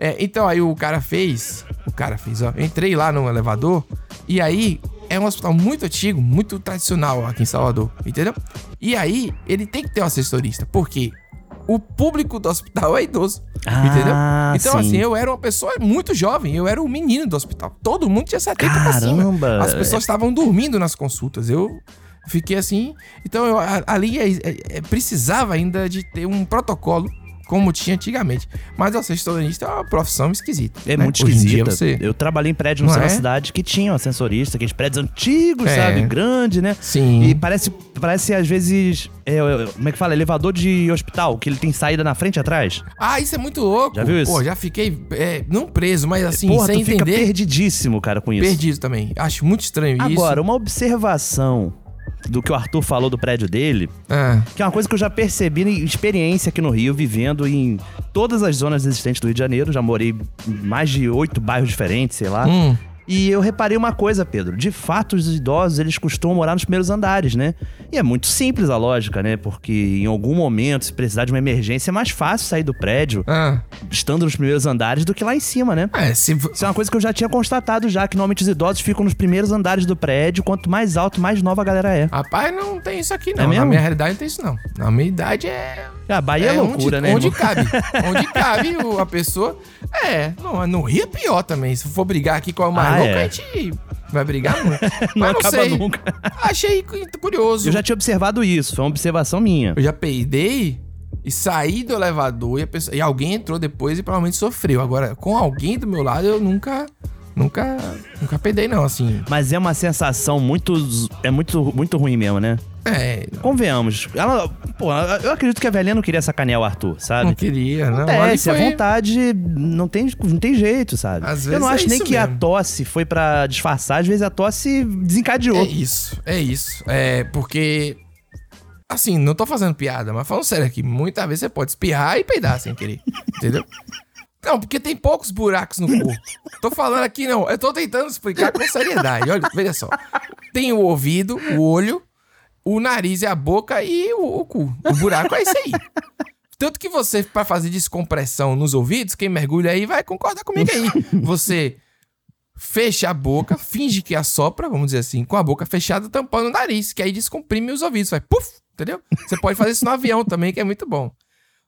Speaker 3: É, então, aí o cara fez. O cara fez, ó. Eu entrei lá no elevador. E aí, é um hospital muito antigo, muito tradicional aqui em Salvador. Entendeu? E aí, ele tem que ter um assessorista. Por quê? O público do hospital é idoso.
Speaker 2: Ah,
Speaker 3: entendeu? Então,
Speaker 2: sim.
Speaker 3: assim, eu era uma pessoa muito jovem. Eu era um menino do hospital. Todo mundo tinha 70 pra cima.
Speaker 2: Caramba!
Speaker 3: As pessoas estavam dormindo nas consultas. Eu fiquei assim. Então, eu, a- ali é- é- é- precisava ainda de ter um protocolo, como tinha antigamente. Mas o assessorista é uma profissão esquisita.
Speaker 2: É
Speaker 3: né?
Speaker 2: muito
Speaker 3: Hoje em dia
Speaker 2: esquisita.
Speaker 3: você-
Speaker 2: Eu trabalhei em prédio no
Speaker 3: Não
Speaker 2: centro da
Speaker 3: é?
Speaker 2: cidade que tinha um ascensorista, aqueles prédios antigos,
Speaker 3: É.
Speaker 2: sabe? Grande, né?
Speaker 3: Sim.
Speaker 2: E parece, parece às vezes, é, é, como é que fala? Elevador de hospital, que ele tem saída na frente e atrás.
Speaker 3: Ah, isso é muito louco.
Speaker 2: Já viu isso?
Speaker 3: Pô, já fiquei, é, não preso, mas assim,
Speaker 2: Porra,
Speaker 3: sem
Speaker 2: tu fica
Speaker 3: entender,
Speaker 2: perdidíssimo, cara, com isso.
Speaker 3: perdido também. Acho muito estranho
Speaker 2: Agora,
Speaker 3: isso.
Speaker 2: uma observação do que o Arthur falou do prédio dele,
Speaker 3: Ah,
Speaker 2: que é uma coisa que eu já percebi em experiência aqui no Rio, vivendo em todas as zonas existentes do Rio de Janeiro. Já morei em mais de oito bairros diferentes, sei lá.
Speaker 3: hum,
Speaker 2: E eu reparei uma coisa, Pedro. De fato, os idosos, eles costumam morar tá nos primeiros andares, né? E é muito simples a lógica, né? Porque em algum momento, se precisar de uma emergência, é mais fácil sair do prédio
Speaker 3: ah.
Speaker 2: estando nos primeiros andares do que lá em cima, né?
Speaker 3: É, se, vo-
Speaker 2: Isso é uma coisa que eu já tinha constatado já, que normalmente os idosos ficam nos primeiros andares do prédio. Quanto mais alto, mais nova a galera é.
Speaker 3: Rapaz, não tem isso aqui, não.
Speaker 2: É mesmo?
Speaker 3: Na minha realidade não tem isso, não. Na minha idade é.
Speaker 2: A Bahia é, loucura,
Speaker 3: onde,
Speaker 2: né,
Speaker 3: Onde
Speaker 2: irmão?
Speaker 3: cabe. Onde cabe o- a pessoa. É, no, no Rio é pior também. Se for brigar aqui com a maluca,
Speaker 2: é.
Speaker 3: a gente vai brigar muito. Mas
Speaker 2: Não acaba nunca.
Speaker 3: Achei cu- curioso.
Speaker 2: Eu já tinha observado isso, foi uma observação minha.
Speaker 3: Eu já peidei e saí do elevador e, a pessoa- e alguém entrou depois e provavelmente sofreu. Agora, com alguém do meu lado, eu nunca. Nunca. Nunca peidei, não, assim.
Speaker 2: Mas é uma sensação muito. z- É muito, muito ruim mesmo, né?
Speaker 3: É.
Speaker 2: Convenhamos. Ela, pô, eu acredito que a velhinha não queria sacanear o Arthur, sabe?
Speaker 3: Não queria, não. Ali
Speaker 2: Acontece, a
Speaker 3: foi-
Speaker 2: vontade não tem, não tem jeito, sabe?
Speaker 3: Às
Speaker 2: eu não
Speaker 3: vezes é
Speaker 2: acho nem
Speaker 3: isso
Speaker 2: que a
Speaker 3: mesmo.
Speaker 2: tosse foi pra disfarçar, às vezes a tosse desencadeou.
Speaker 3: É isso, é isso. É porque. Assim, não tô fazendo piada, mas falando sério aqui, muitas vezes você pode espirrar e peidar sem querer. entendeu? Não, porque tem poucos buracos no corpo. Tô falando aqui, não. Eu tô tentando explicar com seriedade. Olha, veja só. Tem o ouvido, o olho, o nariz e a boca e o, o cu. O buraco é isso aí. Tanto que você, pra fazer descompressão nos ouvidos, quem mergulha aí vai concordar comigo aí. Você fecha a boca, finge que assopra, vamos dizer assim, com a boca fechada, tampando o nariz, que aí descomprime os ouvidos, vai puf, entendeu? Você pode fazer isso no avião também, que é muito bom.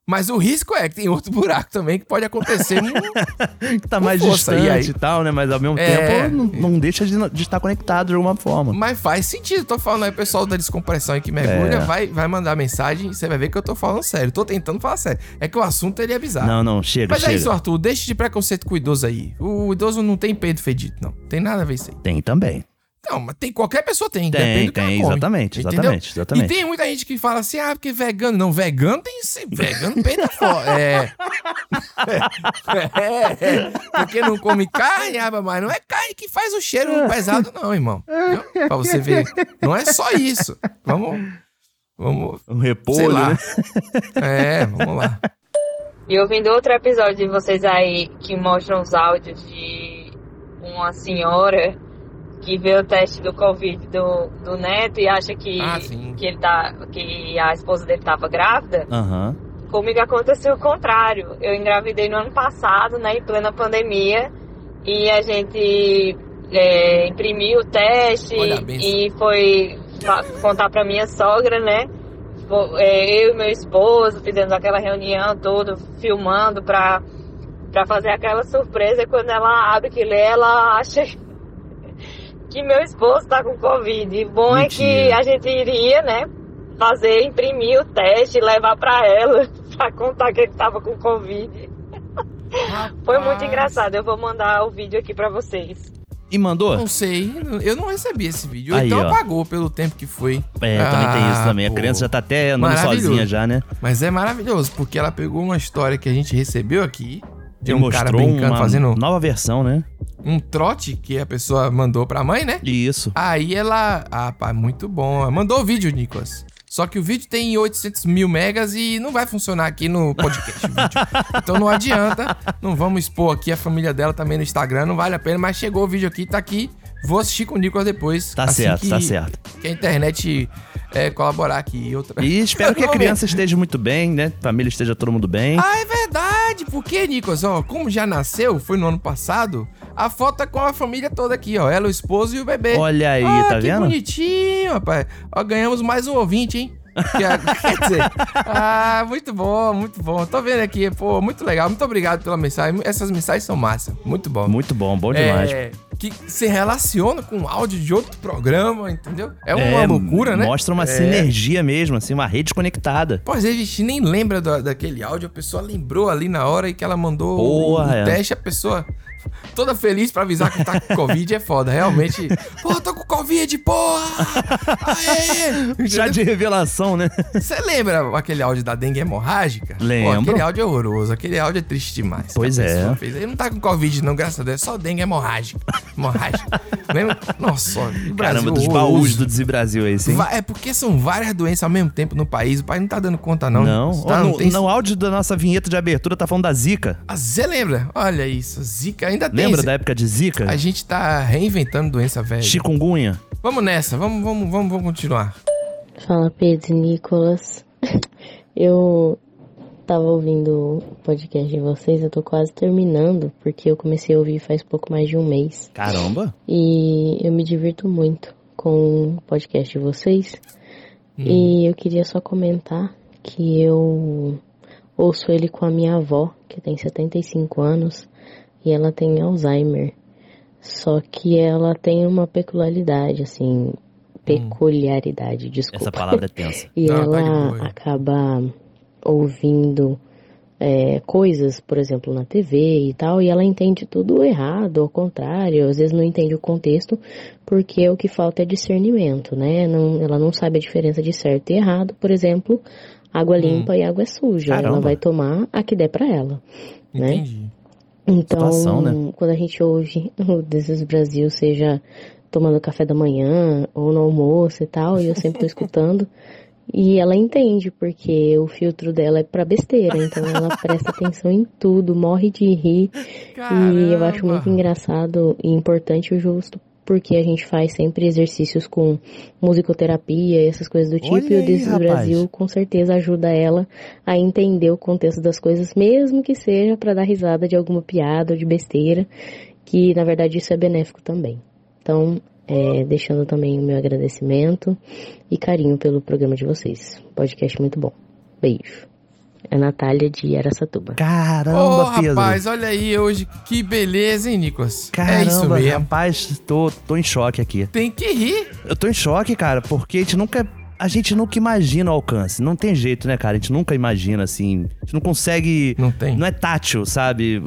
Speaker 3: Mas o risco é que tem outro buraco também que pode acontecer.
Speaker 2: que tá
Speaker 3: com
Speaker 2: mais
Speaker 3: força, e
Speaker 2: distante
Speaker 3: aí?
Speaker 2: e tal, né? Mas ao mesmo
Speaker 3: É.
Speaker 2: tempo não, não deixa de, de estar conectado de alguma forma.
Speaker 3: Mas faz sentido, tô falando aí, pessoal da descompressão aí que mergulha,
Speaker 2: É.
Speaker 3: vai, vai mandar mensagem, você vai ver que eu tô falando sério, tô tentando falar sério. É que o assunto ele é bizarro.
Speaker 2: Não, não, chega,
Speaker 3: Mas é
Speaker 2: chega.
Speaker 3: isso, Arthur, deixa de preconceito com o idoso aí. O idoso não tem peido fedido, não. Tem nada a ver isso aí.
Speaker 2: Tem também.
Speaker 3: Não, mas tem, qualquer pessoa tem.
Speaker 2: Tem,
Speaker 3: depende do que
Speaker 2: tem,
Speaker 3: ela come,
Speaker 2: exatamente,
Speaker 3: entendeu?
Speaker 2: exatamente, exatamente.
Speaker 3: E tem muita gente que fala assim, ah, porque vegano. Não, vegano tem esse. Vegano peida fora. É. é. é. Porque não come carne, ah, mas não é carne que faz o cheiro um pesado, não, irmão. Entendeu? Pra você ver. Não é só isso. Vamos. Vamos.
Speaker 2: Um
Speaker 3: sei
Speaker 2: repolho,
Speaker 3: lá.
Speaker 2: né?
Speaker 3: É, vamos lá.
Speaker 11: E ouvindo outro episódio de vocês aí que mostram os áudios de uma senhora que vê o teste do Covid do, do neto e acha que,
Speaker 12: Ah,
Speaker 11: que, ele tá, que a esposa dele tava grávida,
Speaker 2: Aham.
Speaker 11: comigo aconteceu o contrário. Eu engravidei no ano passado, né, em plena pandemia, e a gente é, imprimiu o teste
Speaker 12: Olha a benção.
Speaker 11: e foi fa- contar pra minha sogra, né? Fo- é, eu e meu esposo fizemos aquela reunião toda, filmando pra, pra fazer aquela surpresa. E quando ela abre que lê, ela acha que meu esposo tá com Covid. E bom é que
Speaker 12: Mentira.
Speaker 11: a gente iria, né? Fazer, imprimir o teste, levar pra ela, pra contar que ele tava com Covid. Foi muito engraçado. Eu vou mandar o vídeo aqui pra vocês.
Speaker 2: E mandou?
Speaker 3: Não sei, eu não recebi esse vídeo.
Speaker 2: Aí,
Speaker 3: então
Speaker 2: ó.
Speaker 3: apagou pelo tempo que foi.
Speaker 2: É, também tem isso
Speaker 3: Ah,
Speaker 2: também. A
Speaker 3: pô.
Speaker 2: criança já tá até andando
Speaker 3: Maravilhoso.
Speaker 2: sozinha já, né?
Speaker 3: Mas é maravilhoso, porque ela pegou uma história que a gente recebeu aqui. De
Speaker 2: E
Speaker 3: um cara
Speaker 2: mostrou
Speaker 3: brincando,
Speaker 2: uma
Speaker 3: fazendo.
Speaker 2: Nova versão, né?
Speaker 3: Um trote que a pessoa mandou pra mãe, né?
Speaker 2: Isso.
Speaker 3: Aí ela. Ah, pá, muito bom. Ela Mandou o vídeo, Nicolas. Só que o vídeo tem 800 mil megas e não vai funcionar aqui no podcast. o vídeo. Então não adianta. Não vamos expor aqui a família dela também no Instagram, não vale a pena. Mas chegou o vídeo aqui, tá aqui. Vou assistir com o Nicolas depois. assim
Speaker 2: Tá certo, tá certo.
Speaker 3: Que a internet é, colaborar aqui. E, outra...
Speaker 2: E espero que a
Speaker 3: Vamos ver.
Speaker 2: criança esteja muito bem, né? Família esteja todo mundo bem.
Speaker 3: Ah, é verdade. Porque, Nicolas, ó, como já nasceu, foi no ano passado, a foto é com a família toda aqui, ó. Ela, o esposo e o bebê.
Speaker 2: Olha aí,
Speaker 3: Ah,
Speaker 2: tá
Speaker 3: que
Speaker 2: vendo?
Speaker 3: bonitinho, rapaz. Ó, ganhamos mais um ouvinte, hein? Que é- Quer dizer, ah, muito bom, muito bom. Tô vendo aqui, pô, muito legal. Muito obrigado pela mensagem. Essas mensagens são massa. Muito bom.
Speaker 2: Muito bom, bom demais.
Speaker 3: É, que se relaciona com o áudio de outro programa, entendeu? É uma loucura, né?
Speaker 2: Mostra uma
Speaker 3: É.
Speaker 2: sinergia mesmo, assim, uma rede conectada.
Speaker 3: Pô, às vezes a gente nem lembra da- daquele áudio, a pessoa lembrou ali na hora e que ela mandou
Speaker 2: Porra,
Speaker 3: o
Speaker 2: é.
Speaker 3: teste, a pessoa toda feliz pra avisar que tá com Covid é foda, realmente. Pô, tô com Covid, porra! Aê!
Speaker 2: Já de revelação, né?
Speaker 3: Você lembra aquele áudio da dengue hemorrágica?
Speaker 2: Lembro.
Speaker 3: Pô, aquele áudio é horroroso, aquele áudio é triste demais.
Speaker 2: Pois
Speaker 3: Que a pessoa
Speaker 2: é.
Speaker 3: fez. Ele não tá com Covid não, graças a Deus, é só dengue hemorrágica. Hemorrágica. Lembra? Nossa, o Brasil
Speaker 2: Caramba, dos
Speaker 3: horroroso.
Speaker 2: baús do Desbrasil aí, sim.
Speaker 3: Va- É porque são várias doenças ao mesmo tempo no país. O pai não tá dando conta, não.
Speaker 2: Não,
Speaker 3: Tá,
Speaker 2: Ó,
Speaker 3: não
Speaker 2: no,
Speaker 3: tem-
Speaker 2: no áudio da nossa vinheta de abertura tá falando da Zika.
Speaker 3: Ah, Zé lembra? Olha isso, Zika ainda tem.
Speaker 2: Lembra
Speaker 3: Zika.
Speaker 2: da época de Zika?
Speaker 3: A gente tá reinventando doença velha.
Speaker 2: Chikungunya.
Speaker 3: Vamos nessa, vamos, vamos, vamos, vamos continuar.
Speaker 13: Fala Pedro e Nicolas. Eu tava ouvindo o podcast de vocês, eu tô quase terminando, porque eu comecei a ouvir faz pouco mais de um mês.
Speaker 2: Caramba.
Speaker 13: E eu me divirto muito com o podcast de vocês.
Speaker 2: Uhum.
Speaker 13: E eu queria só comentar que eu ouço ele com a minha avó, que tem 75 anos, e ela tem Alzheimer. Só que ela tem uma peculiaridade, assim, peculiaridade, desculpa.
Speaker 2: Hum. Essa palavra é tensa.
Speaker 13: E
Speaker 2: Não, tá de
Speaker 13: ela acaba ouvindo é, coisas, por exemplo, na TV e tal, e ela entende tudo errado, ao contrário, às vezes não entende o contexto, porque o que falta é discernimento, né? Não- ela não sabe a diferença de certo e errado, por exemplo, água limpa e água suja.
Speaker 12: Caramba.
Speaker 13: Ela vai tomar a que der pra ela, né? Então,
Speaker 12: Situação, né?
Speaker 13: quando a gente ouve o Desis Brasil, seja tomando café da manhã ou no almoço e tal, e eu sempre tô escutando, e ela entende, porque o filtro dela é pra besteira, então ela presta atenção em tudo, morre de rir, e eu acho muito engraçado e importante e justo, porque a gente faz sempre exercícios com musicoterapia e essas coisas do tipo,
Speaker 12: Olha
Speaker 13: e o
Speaker 12: aí,
Speaker 13: Desis
Speaker 12: rapaz.
Speaker 13: Brasil com certeza ajuda ela a entender o contexto das coisas, mesmo que seja pra dar risada de alguma piada ou de besteira, que na verdade isso é benéfico também. Então, é, deixando também o meu agradecimento e carinho pelo programa de vocês. Podcast muito bom. Beijo. É Natália de Araçatuba.
Speaker 2: Caramba,
Speaker 3: Ô, rapaz, olha aí hoje. Que beleza, hein, Nicolas?
Speaker 2: Caramba,
Speaker 3: é isso mesmo.
Speaker 2: rapaz, tô, tô em choque aqui.
Speaker 3: Tem que rir.
Speaker 2: Eu tô em choque, cara, porque a gente nunca. A gente nunca imagina o alcance. Não tem jeito, né, cara? A gente nunca imagina, assim. A gente não consegue.
Speaker 3: Não tem.
Speaker 2: Não é tátil, sabe?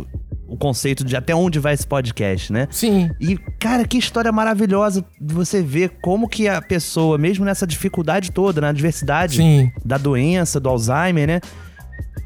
Speaker 2: O conceito de até onde vai esse podcast, né?
Speaker 3: Sim.
Speaker 2: E, cara, que história maravilhosa de você ver como que a pessoa, mesmo nessa dificuldade toda, na adversidade
Speaker 3: Sim.
Speaker 2: da doença, do Alzheimer, né?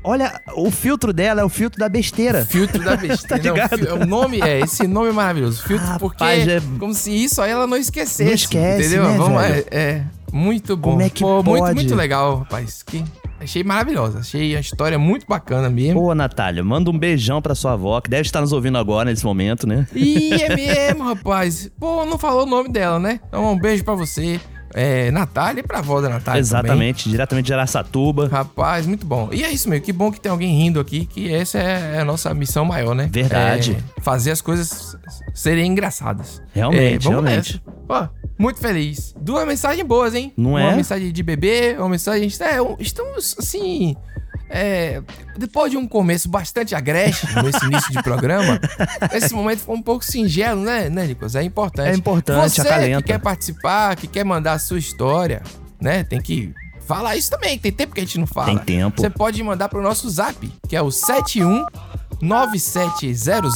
Speaker 2: Olha, o filtro dela é o filtro da besteira.
Speaker 3: Filtro da besteira.
Speaker 2: tá ligado?
Speaker 3: Não, fi- o nome é, esse nome é maravilhoso. Filtro, porque
Speaker 2: é-
Speaker 3: como se isso aí ela não esquecesse.
Speaker 2: Não esquece,
Speaker 3: entendeu?
Speaker 2: né,
Speaker 3: Vamos,
Speaker 2: velho?
Speaker 3: é, é, muito bom.
Speaker 2: Como é que
Speaker 3: Pô, muito,
Speaker 2: pode?
Speaker 3: muito legal, rapaz. Que... A Achei maravilhosa. Achei a história muito bacana mesmo.
Speaker 2: Pô, Natália, manda um beijão pra sua avó, que deve estar nos ouvindo agora nesse momento, né?
Speaker 3: Ih, é mesmo, rapaz. Pô, não falou o nome dela, né? Então, um beijo pra você. É, Natália e pra avó da Natália.
Speaker 2: Exatamente, diretamente de Araçatuba.
Speaker 3: Também. Tá, Rapaz, muito bom. E é isso, meu. Que bom que tem alguém rindo aqui, que essa é a nossa missão maior, né?
Speaker 2: Verdade.
Speaker 3: É fazer as coisas serem engraçadas. É,
Speaker 2: Realmente,
Speaker 3: vamos
Speaker 2: realmente.
Speaker 3: nessa. Ó, muito feliz. Duas mensagens boas, hein?
Speaker 2: Não
Speaker 3: uma
Speaker 2: é?
Speaker 3: Uma mensagem de bebê, uma mensagem. É, um- estamos assim. é, depois de um começo bastante agressivo nesse início de programa, esse momento foi um pouco singelo, né, né, Nicolas? É importante.
Speaker 2: É importante,
Speaker 3: Você
Speaker 2: acalenta.
Speaker 3: que quer participar, que quer mandar a sua história, né? Tem que falar isso também. Tem tempo que a gente não fala.
Speaker 2: Tem tempo.
Speaker 3: Você pode mandar pro nosso zap, que é o 71 9700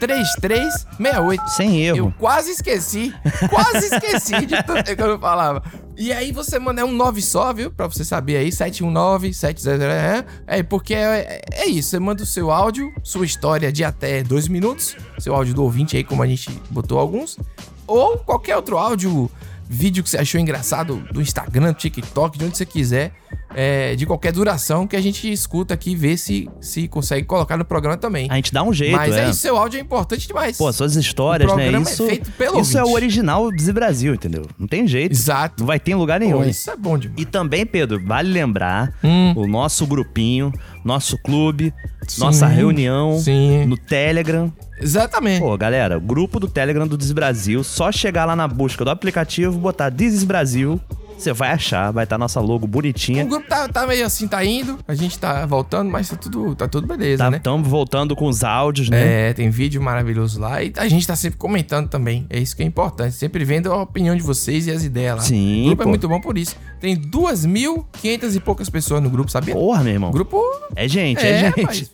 Speaker 3: 3368.
Speaker 2: Sem erro.
Speaker 3: Eu quase esqueci. Quase esqueci de tudo que eu falava. E aí você manda é um 9 só, viu? Pra você saber aí, 719 700 é, É, porque é, é isso. Você manda o seu áudio, sua história de até dois minutos. Seu áudio do ouvinte aí, como a gente botou alguns. Ou qualquer outro áudio, vídeo que você achou engraçado do Instagram, do TikTok, de onde você quiser. é, de qualquer duração que a gente escuta aqui e vê se, se consegue colocar no programa também.
Speaker 2: A gente dá um jeito,
Speaker 3: Mas
Speaker 2: é.
Speaker 3: é isso, seu áudio é importante demais.
Speaker 2: Pô, suas histórias,
Speaker 3: O
Speaker 2: né?
Speaker 3: programa é
Speaker 2: Isso,
Speaker 3: feito pelo
Speaker 2: isso é o
Speaker 3: ouvinte.
Speaker 2: original do Brasil, entendeu? Não tem jeito.
Speaker 3: Exato.
Speaker 2: Não vai ter em lugar nenhum.
Speaker 3: Pô, isso é bom demais. Hum.
Speaker 2: E também, Pedro, vale lembrar o nosso grupinho, nosso clube,
Speaker 3: Sim.
Speaker 2: nossa reunião
Speaker 3: Sim.
Speaker 2: no Telegram.
Speaker 3: Exatamente.
Speaker 2: Pô, galera, grupo do Telegram do Desis Brasil, só chegar lá na busca do aplicativo, botar Desis Brasil, você vai achar, vai estar nossa logo bonitinha.
Speaker 3: O grupo tá, tá meio assim, tá indo. A gente tá voltando, mas tá tudo, tá tudo beleza,
Speaker 2: Tá,
Speaker 3: né?
Speaker 2: Tamo voltando com os áudios, né?
Speaker 3: É, tem vídeo maravilhoso lá. E a gente tá sempre comentando também. É isso que é importante. Sempre vendo a opinião de vocês e as ideias lá.
Speaker 2: Sim,
Speaker 3: O grupo
Speaker 2: pô.
Speaker 3: é muito bom por isso. Tem 2.500 e poucas pessoas no grupo, sabia?
Speaker 2: Porra, meu irmão.
Speaker 3: O grupo.
Speaker 2: É gente, é, gente.
Speaker 3: rapaz.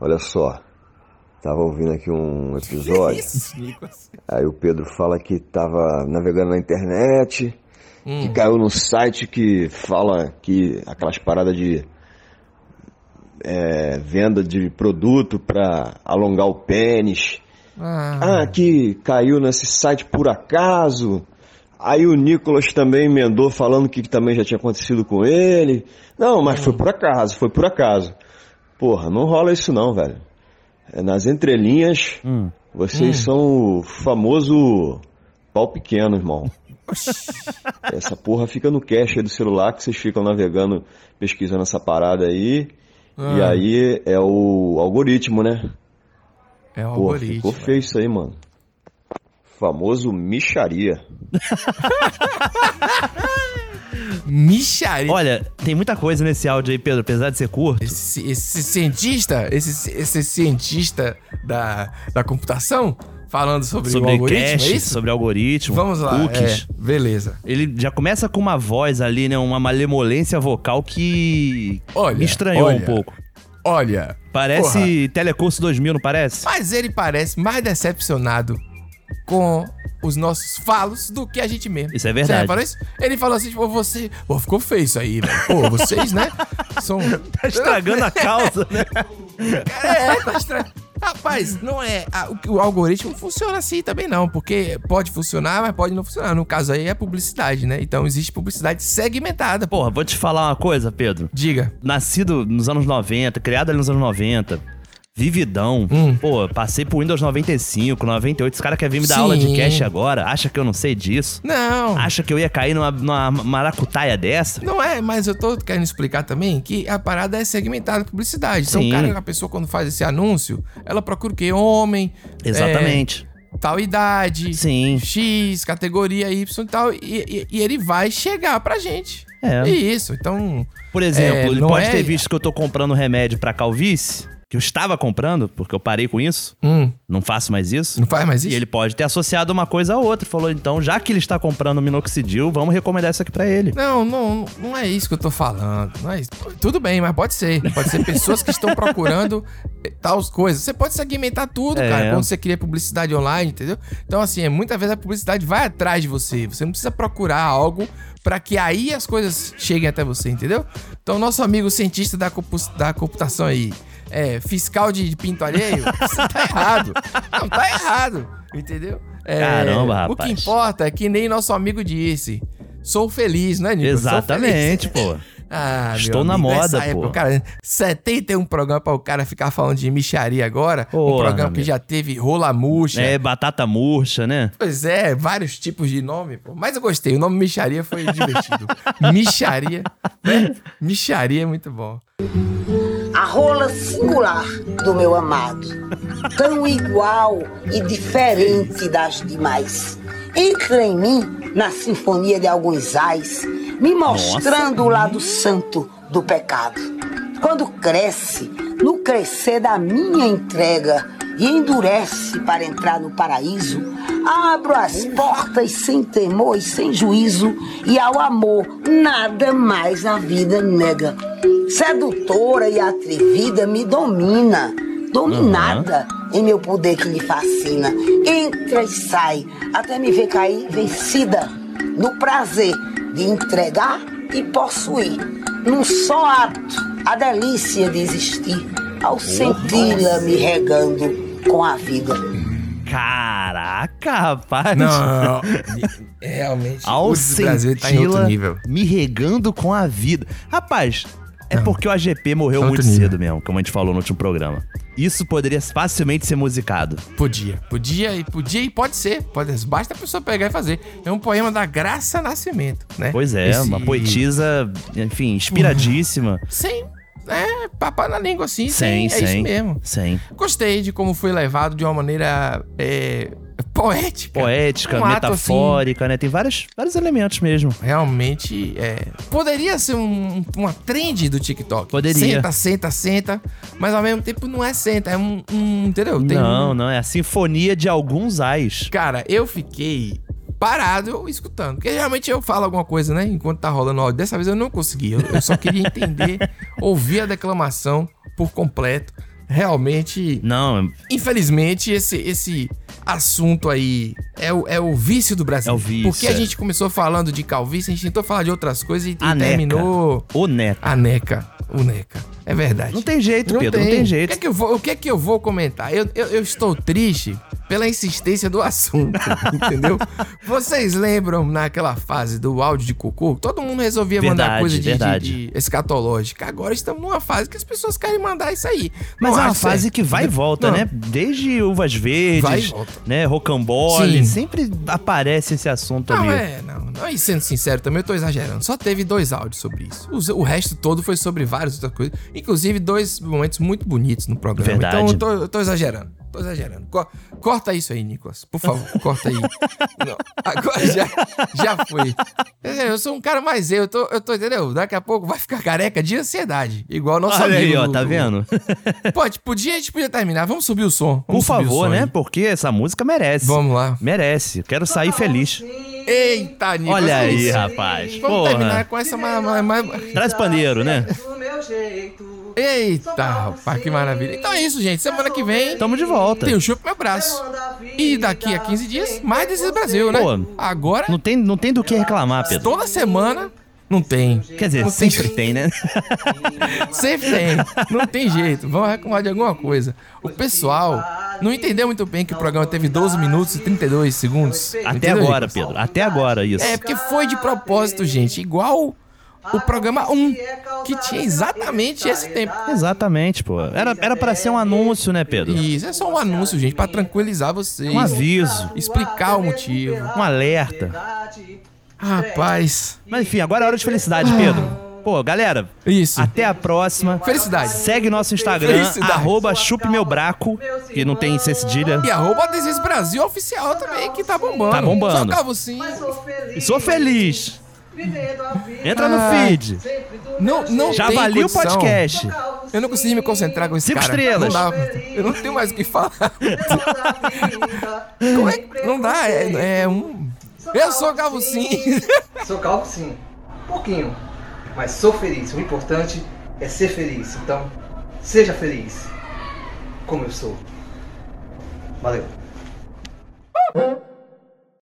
Speaker 12: Olha só, tava ouvindo aqui um episódio. Aí o Pedro fala que tava navegando na internet, que
Speaker 3: Hum.
Speaker 12: caiu num site que fala que aquelas paradas de é, venda de produto pra alongar o pênis.
Speaker 3: Ah.
Speaker 12: Ah, que caiu nesse site por acaso. Aí o Nicolas também emendou falando que também já tinha acontecido com ele. Não, mas
Speaker 3: Hum.
Speaker 12: foi por acaso, foi por acaso. Porra, não rola isso não, velho. É, nas entrelinhas, vocês
Speaker 3: Hum.
Speaker 12: são o famoso pau pequeno, irmão. Essa porra fica no cache aí do celular que vocês ficam navegando, pesquisando essa parada aí. E
Speaker 3: Ah.
Speaker 12: aí é o algoritmo, né?
Speaker 3: É o
Speaker 12: Pô,
Speaker 3: algoritmo.
Speaker 12: ficou feio isso aí, mano. Famoso micharia.
Speaker 3: Micharia.
Speaker 2: Olha, tem muita coisa nesse áudio aí, Pedro, apesar de ser curto.
Speaker 3: Esse, esse cientista, esse, esse cientista da, da computação, falando sobre, o
Speaker 2: sobre
Speaker 3: algoritmo, é
Speaker 2: cache,
Speaker 3: isso?
Speaker 2: sobre algoritmo,
Speaker 3: Vamos lá,
Speaker 2: cookies.
Speaker 3: é, beleza.
Speaker 2: Ele já começa com uma voz ali, né? Uma malemolência vocal que
Speaker 3: Olha,
Speaker 2: me estranhou
Speaker 3: olha,
Speaker 2: um pouco.
Speaker 3: Olha.
Speaker 2: Parece
Speaker 3: porra.
Speaker 2: Telecurso 2000, não parece?
Speaker 3: Mas ele parece mais decepcionado com os nossos falos do que a gente mesmo.
Speaker 2: Isso é verdade.
Speaker 3: Você reparou isso? Ele falou assim, tipo, você... Pô, ficou feio isso aí, velho. Pô, vocês, né? São...
Speaker 2: Tá estragando a causa, né?
Speaker 3: É, tá estranho. Rapaz, não é. a- o, o algoritmo funciona assim também não, porque pode funcionar, mas pode não funcionar. No caso aí é publicidade, né? Então existe publicidade segmentada. Pô,
Speaker 2: Porra, vou te falar uma coisa, Pedro.
Speaker 3: Diga.
Speaker 2: Nascido nos anos 90, criado ali nos anos 90, vividão.
Speaker 3: Hum.
Speaker 2: Pô, passei pro Windows 95, 98. Esse cara quer vir me dar
Speaker 3: Sim.
Speaker 2: aula de cache agora? Acha que eu não sei disso?
Speaker 3: Não.
Speaker 2: Acha que eu ia cair numa, numa maracutaia dessa?
Speaker 3: Não é, mas eu tô querendo explicar também que a parada é segmentada publicidade. Então,
Speaker 2: Sim.
Speaker 3: o cara, a pessoa quando faz esse anúncio, ela procura o quê? Homem.
Speaker 2: Exatamente.
Speaker 3: é, tal idade.
Speaker 2: Sim.
Speaker 3: X, categoria Y e tal. E, e- e ele vai chegar pra gente.
Speaker 2: É.
Speaker 3: E isso, então.
Speaker 2: Por exemplo,
Speaker 3: é,
Speaker 2: ele
Speaker 3: não
Speaker 2: pode
Speaker 3: é-
Speaker 2: ter visto que eu tô comprando um remédio pra calvície, que eu estava comprando, porque eu parei com isso.
Speaker 3: Hum.
Speaker 2: Não faço mais isso.
Speaker 3: Não faz mais isso?
Speaker 2: E ele pode ter associado uma coisa a outra. Falou, então, já que ele está comprando minoxidil, vamos recomendar isso aqui pra ele.
Speaker 3: Não, não, não é isso que eu tô falando. Não é isso. Tudo bem, mas pode ser. Pode ser pessoas que estão procurando eh, tais coisas. Você pode segmentar tudo,
Speaker 2: É.
Speaker 3: cara, quando você cria publicidade online, entendeu? Então, assim, é, muitas vezes a publicidade vai atrás de você. Você não precisa procurar algo pra que aí as coisas cheguem até você, entendeu? Então, nosso amigo cientista da, compu- da computação aí, é, fiscal de, de pinto alheio, você tá errado. Não, tá errado, entendeu? É,
Speaker 2: Caramba,
Speaker 3: O que
Speaker 2: rapaz.
Speaker 3: importa é que nem nosso amigo disse. Sou feliz, né, Nicolas? Sou feliz.
Speaker 2: Exatamente, pô.
Speaker 3: Ah,
Speaker 2: Estou na
Speaker 3: amigo,
Speaker 2: moda,
Speaker 3: nessa época,
Speaker 2: pô.
Speaker 3: Cara, 71 programa pra o cara ficar falando de micharia agora. um
Speaker 2: Porra,
Speaker 3: programa que
Speaker 2: amigo.
Speaker 3: já teve rola murcha.
Speaker 2: É, batata murcha, né?
Speaker 3: Pois é, vários tipos de nome, pô. Mas eu gostei, o nome micharia foi divertido. micharia, né? Micharia é muito bom.
Speaker 14: a rola singular do meu amado, tão igual e diferente das demais. Entra em mim na sinfonia de alguns ais, me mostrando o lado santo do pecado. Quando cresce, no crescer da minha entrega e endurece para entrar no paraíso, abro as portas sem temor e sem juízo, e ao amor nada mais a vida nega. Sedutora e atrevida me domina, dominada em meu poder que lhe fascina. Entra e sai, até me ver cair vencida, no prazer de entregar e possuir, num só ato, a delícia de existir, ao senti-la me regando com a vida.
Speaker 2: Caraca, rapaz.
Speaker 3: Não, realmente.
Speaker 2: Ao
Speaker 3: o Brasil tá em outro
Speaker 2: senti-la
Speaker 3: nível.
Speaker 2: me regando com a vida. Rapaz, é porque o AGP morreu
Speaker 3: Tá
Speaker 2: muito
Speaker 3: outro nível.
Speaker 2: cedo mesmo, como a gente falou no último programa. Isso poderia facilmente ser musicado.
Speaker 3: Podia. Podia e podia e pode ser. Pode, basta a pessoa pegar e fazer. É um poema da Graça Nascimento, né?
Speaker 2: Pois é,
Speaker 3: Esse-
Speaker 2: uma poetisa, enfim, inspiradíssima.
Speaker 3: Sem. É, papá na língua assim, sem, Uhum.
Speaker 2: Sem,
Speaker 3: é isso
Speaker 2: sem,
Speaker 3: mesmo.
Speaker 2: sem.
Speaker 3: Gostei de como foi levado de uma maneira é, poética.
Speaker 2: Poética,
Speaker 3: Um ato,
Speaker 2: metafórica, né? Tem vários, vários elementos mesmo.
Speaker 3: Realmente, é. Poderia ser um- uma trend do TikTok.
Speaker 2: Poderia.
Speaker 3: Senta, senta, senta. Mas ao mesmo tempo não é senta, é um. um, entendeu? Tem
Speaker 2: não,
Speaker 3: um-
Speaker 2: não, é a sinfonia de alguns ais.
Speaker 3: Cara, eu fiquei parado escutando. Porque geralmente eu falo alguma coisa, né? Enquanto tá rolando o áudio. Dessa vez eu não consegui. Eu, eu só queria entender, ouvir a declamação por completo. Realmente.
Speaker 2: Não.
Speaker 3: Infelizmente, esse, esse assunto aí é o, é o vício do Brasil.
Speaker 2: É o vício,
Speaker 3: Porque a
Speaker 2: é.
Speaker 3: gente começou falando de calvície, a gente tentou falar de outras coisas e, e
Speaker 2: A neca.
Speaker 3: terminou.
Speaker 2: O neca.
Speaker 3: A neca. O neca. É verdade.
Speaker 2: Não tem jeito, Pedro, não tem jeito.
Speaker 3: O que é que eu vou, o que é que eu vou comentar? Eu, eu, eu estou triste pela insistência do assunto, entendeu? Vocês lembram naquela fase do áudio de cocô? Todo mundo resolvia mandar
Speaker 2: Verdade,
Speaker 3: coisa de, de-
Speaker 2: verdade.
Speaker 3: de escatológica. Agora estamos numa fase que as pessoas querem mandar isso aí.
Speaker 2: Mas
Speaker 3: Não
Speaker 2: é uma
Speaker 3: acho certo.
Speaker 2: fase que vai e volta,
Speaker 3: Não.
Speaker 2: né? Desde Uvas Verdes,
Speaker 3: Vai e volta.
Speaker 2: né? Rocambole,
Speaker 3: Sim.
Speaker 2: sempre aparece esse assunto
Speaker 3: Não,
Speaker 2: ali.
Speaker 3: é, não, não. E sendo sincero também, eu tô exagerando. Só teve dois áudios sobre isso. Os- O, resto todo foi sobre várias outras coisas. Inclusive, dois momentos muito bonitos no programa.
Speaker 2: Verdade.
Speaker 3: Então, eu tô, eu tô exagerando. Tô exagerando. Co- corta isso aí, Nicolas. Por favor, corta aí. Não, agora já, já foi. Eu sou um cara mais eu. Eu tô, eu tô, entendeu? Daqui a pouco vai ficar careca de ansiedade. Igual o nosso
Speaker 2: Olha
Speaker 3: amigo.
Speaker 2: aí, ó,
Speaker 3: do-
Speaker 2: tá
Speaker 3: do-
Speaker 2: vendo?
Speaker 3: Pode, podia, a gente podia terminar. Vamos subir o som.
Speaker 2: Por
Speaker 3: Vamos subir o
Speaker 2: favor,
Speaker 3: som
Speaker 2: né?
Speaker 3: aí.
Speaker 2: Porque essa música merece.
Speaker 3: Vamos lá.
Speaker 2: Merece. Quero sair feliz.
Speaker 3: Eita, Nicolas.
Speaker 2: Olha
Speaker 3: é
Speaker 2: aí,
Speaker 3: isso.
Speaker 2: rapaz.
Speaker 3: Vamos
Speaker 2: Porra.
Speaker 3: terminar com essa mais.
Speaker 2: Traz pandeiro, né?
Speaker 3: Eita, rapaz, que maravilha. Então é isso, gente. Semana que vem.
Speaker 2: Tamo de volta.
Speaker 3: Tem o chup meu braço. E daqui a 15 dias, mais desse Brasil, né?
Speaker 2: Pô,
Speaker 3: Agora,
Speaker 2: Não tem, não tem do que reclamar, Pedro.
Speaker 3: toda semana. Não tem.
Speaker 2: Quer dizer,
Speaker 3: Não tem
Speaker 2: sempre tem, né?
Speaker 3: Sempre tem. Não tem jeito. Vamos reclamar de alguma coisa. O pessoal não entendeu muito bem que o programa teve 12 minutos e 32 segundos.
Speaker 2: Até
Speaker 3: Entendeu,
Speaker 2: agora,
Speaker 3: Nicolas?
Speaker 2: Pedro. Até agora, isso.
Speaker 3: É, porque foi de propósito, gente. Igual o programa 1,
Speaker 2: é
Speaker 3: que tinha exatamente esse tempo.
Speaker 2: Exatamente, pô. Era, era pra ser um anúncio, né, Pedro?
Speaker 3: Isso, é só um anúncio, gente, pra tranquilizar vocês.
Speaker 2: Um aviso.
Speaker 3: Explicar o motivo.
Speaker 2: Um alerta.
Speaker 3: Rapaz.
Speaker 2: Mas enfim, agora é hora de felicidade, Pedro. Pô, galera.
Speaker 3: Isso.
Speaker 2: Até a próxima.
Speaker 3: Felicidade.
Speaker 2: Segue nosso Instagram,
Speaker 3: Felicidade.
Speaker 2: arroba chupemeubraco, que não é um tem C cedilha.
Speaker 3: E arroba Desis Brasil oficial também, que tá bombando.
Speaker 2: Tá bombando.
Speaker 3: Só calvocinho.
Speaker 2: E Sou feliz. Entra no
Speaker 3: Ah.
Speaker 2: feed.
Speaker 3: Não, não
Speaker 2: Já
Speaker 3: tem
Speaker 2: valeu o
Speaker 3: condição.
Speaker 2: podcast.
Speaker 3: Eu não consegui me concentrar com esse
Speaker 2: Cinco
Speaker 3: cara.
Speaker 2: estrelas.
Speaker 3: Não dá. Eu não tenho mais o que falar. Como é que- Não dá, é, é um... Eu sou calvo sim.
Speaker 8: Sou calvo sim. Um Pouquinho. Mas sou feliz. O importante é ser feliz. Então, seja feliz. Como eu sou. Valeu.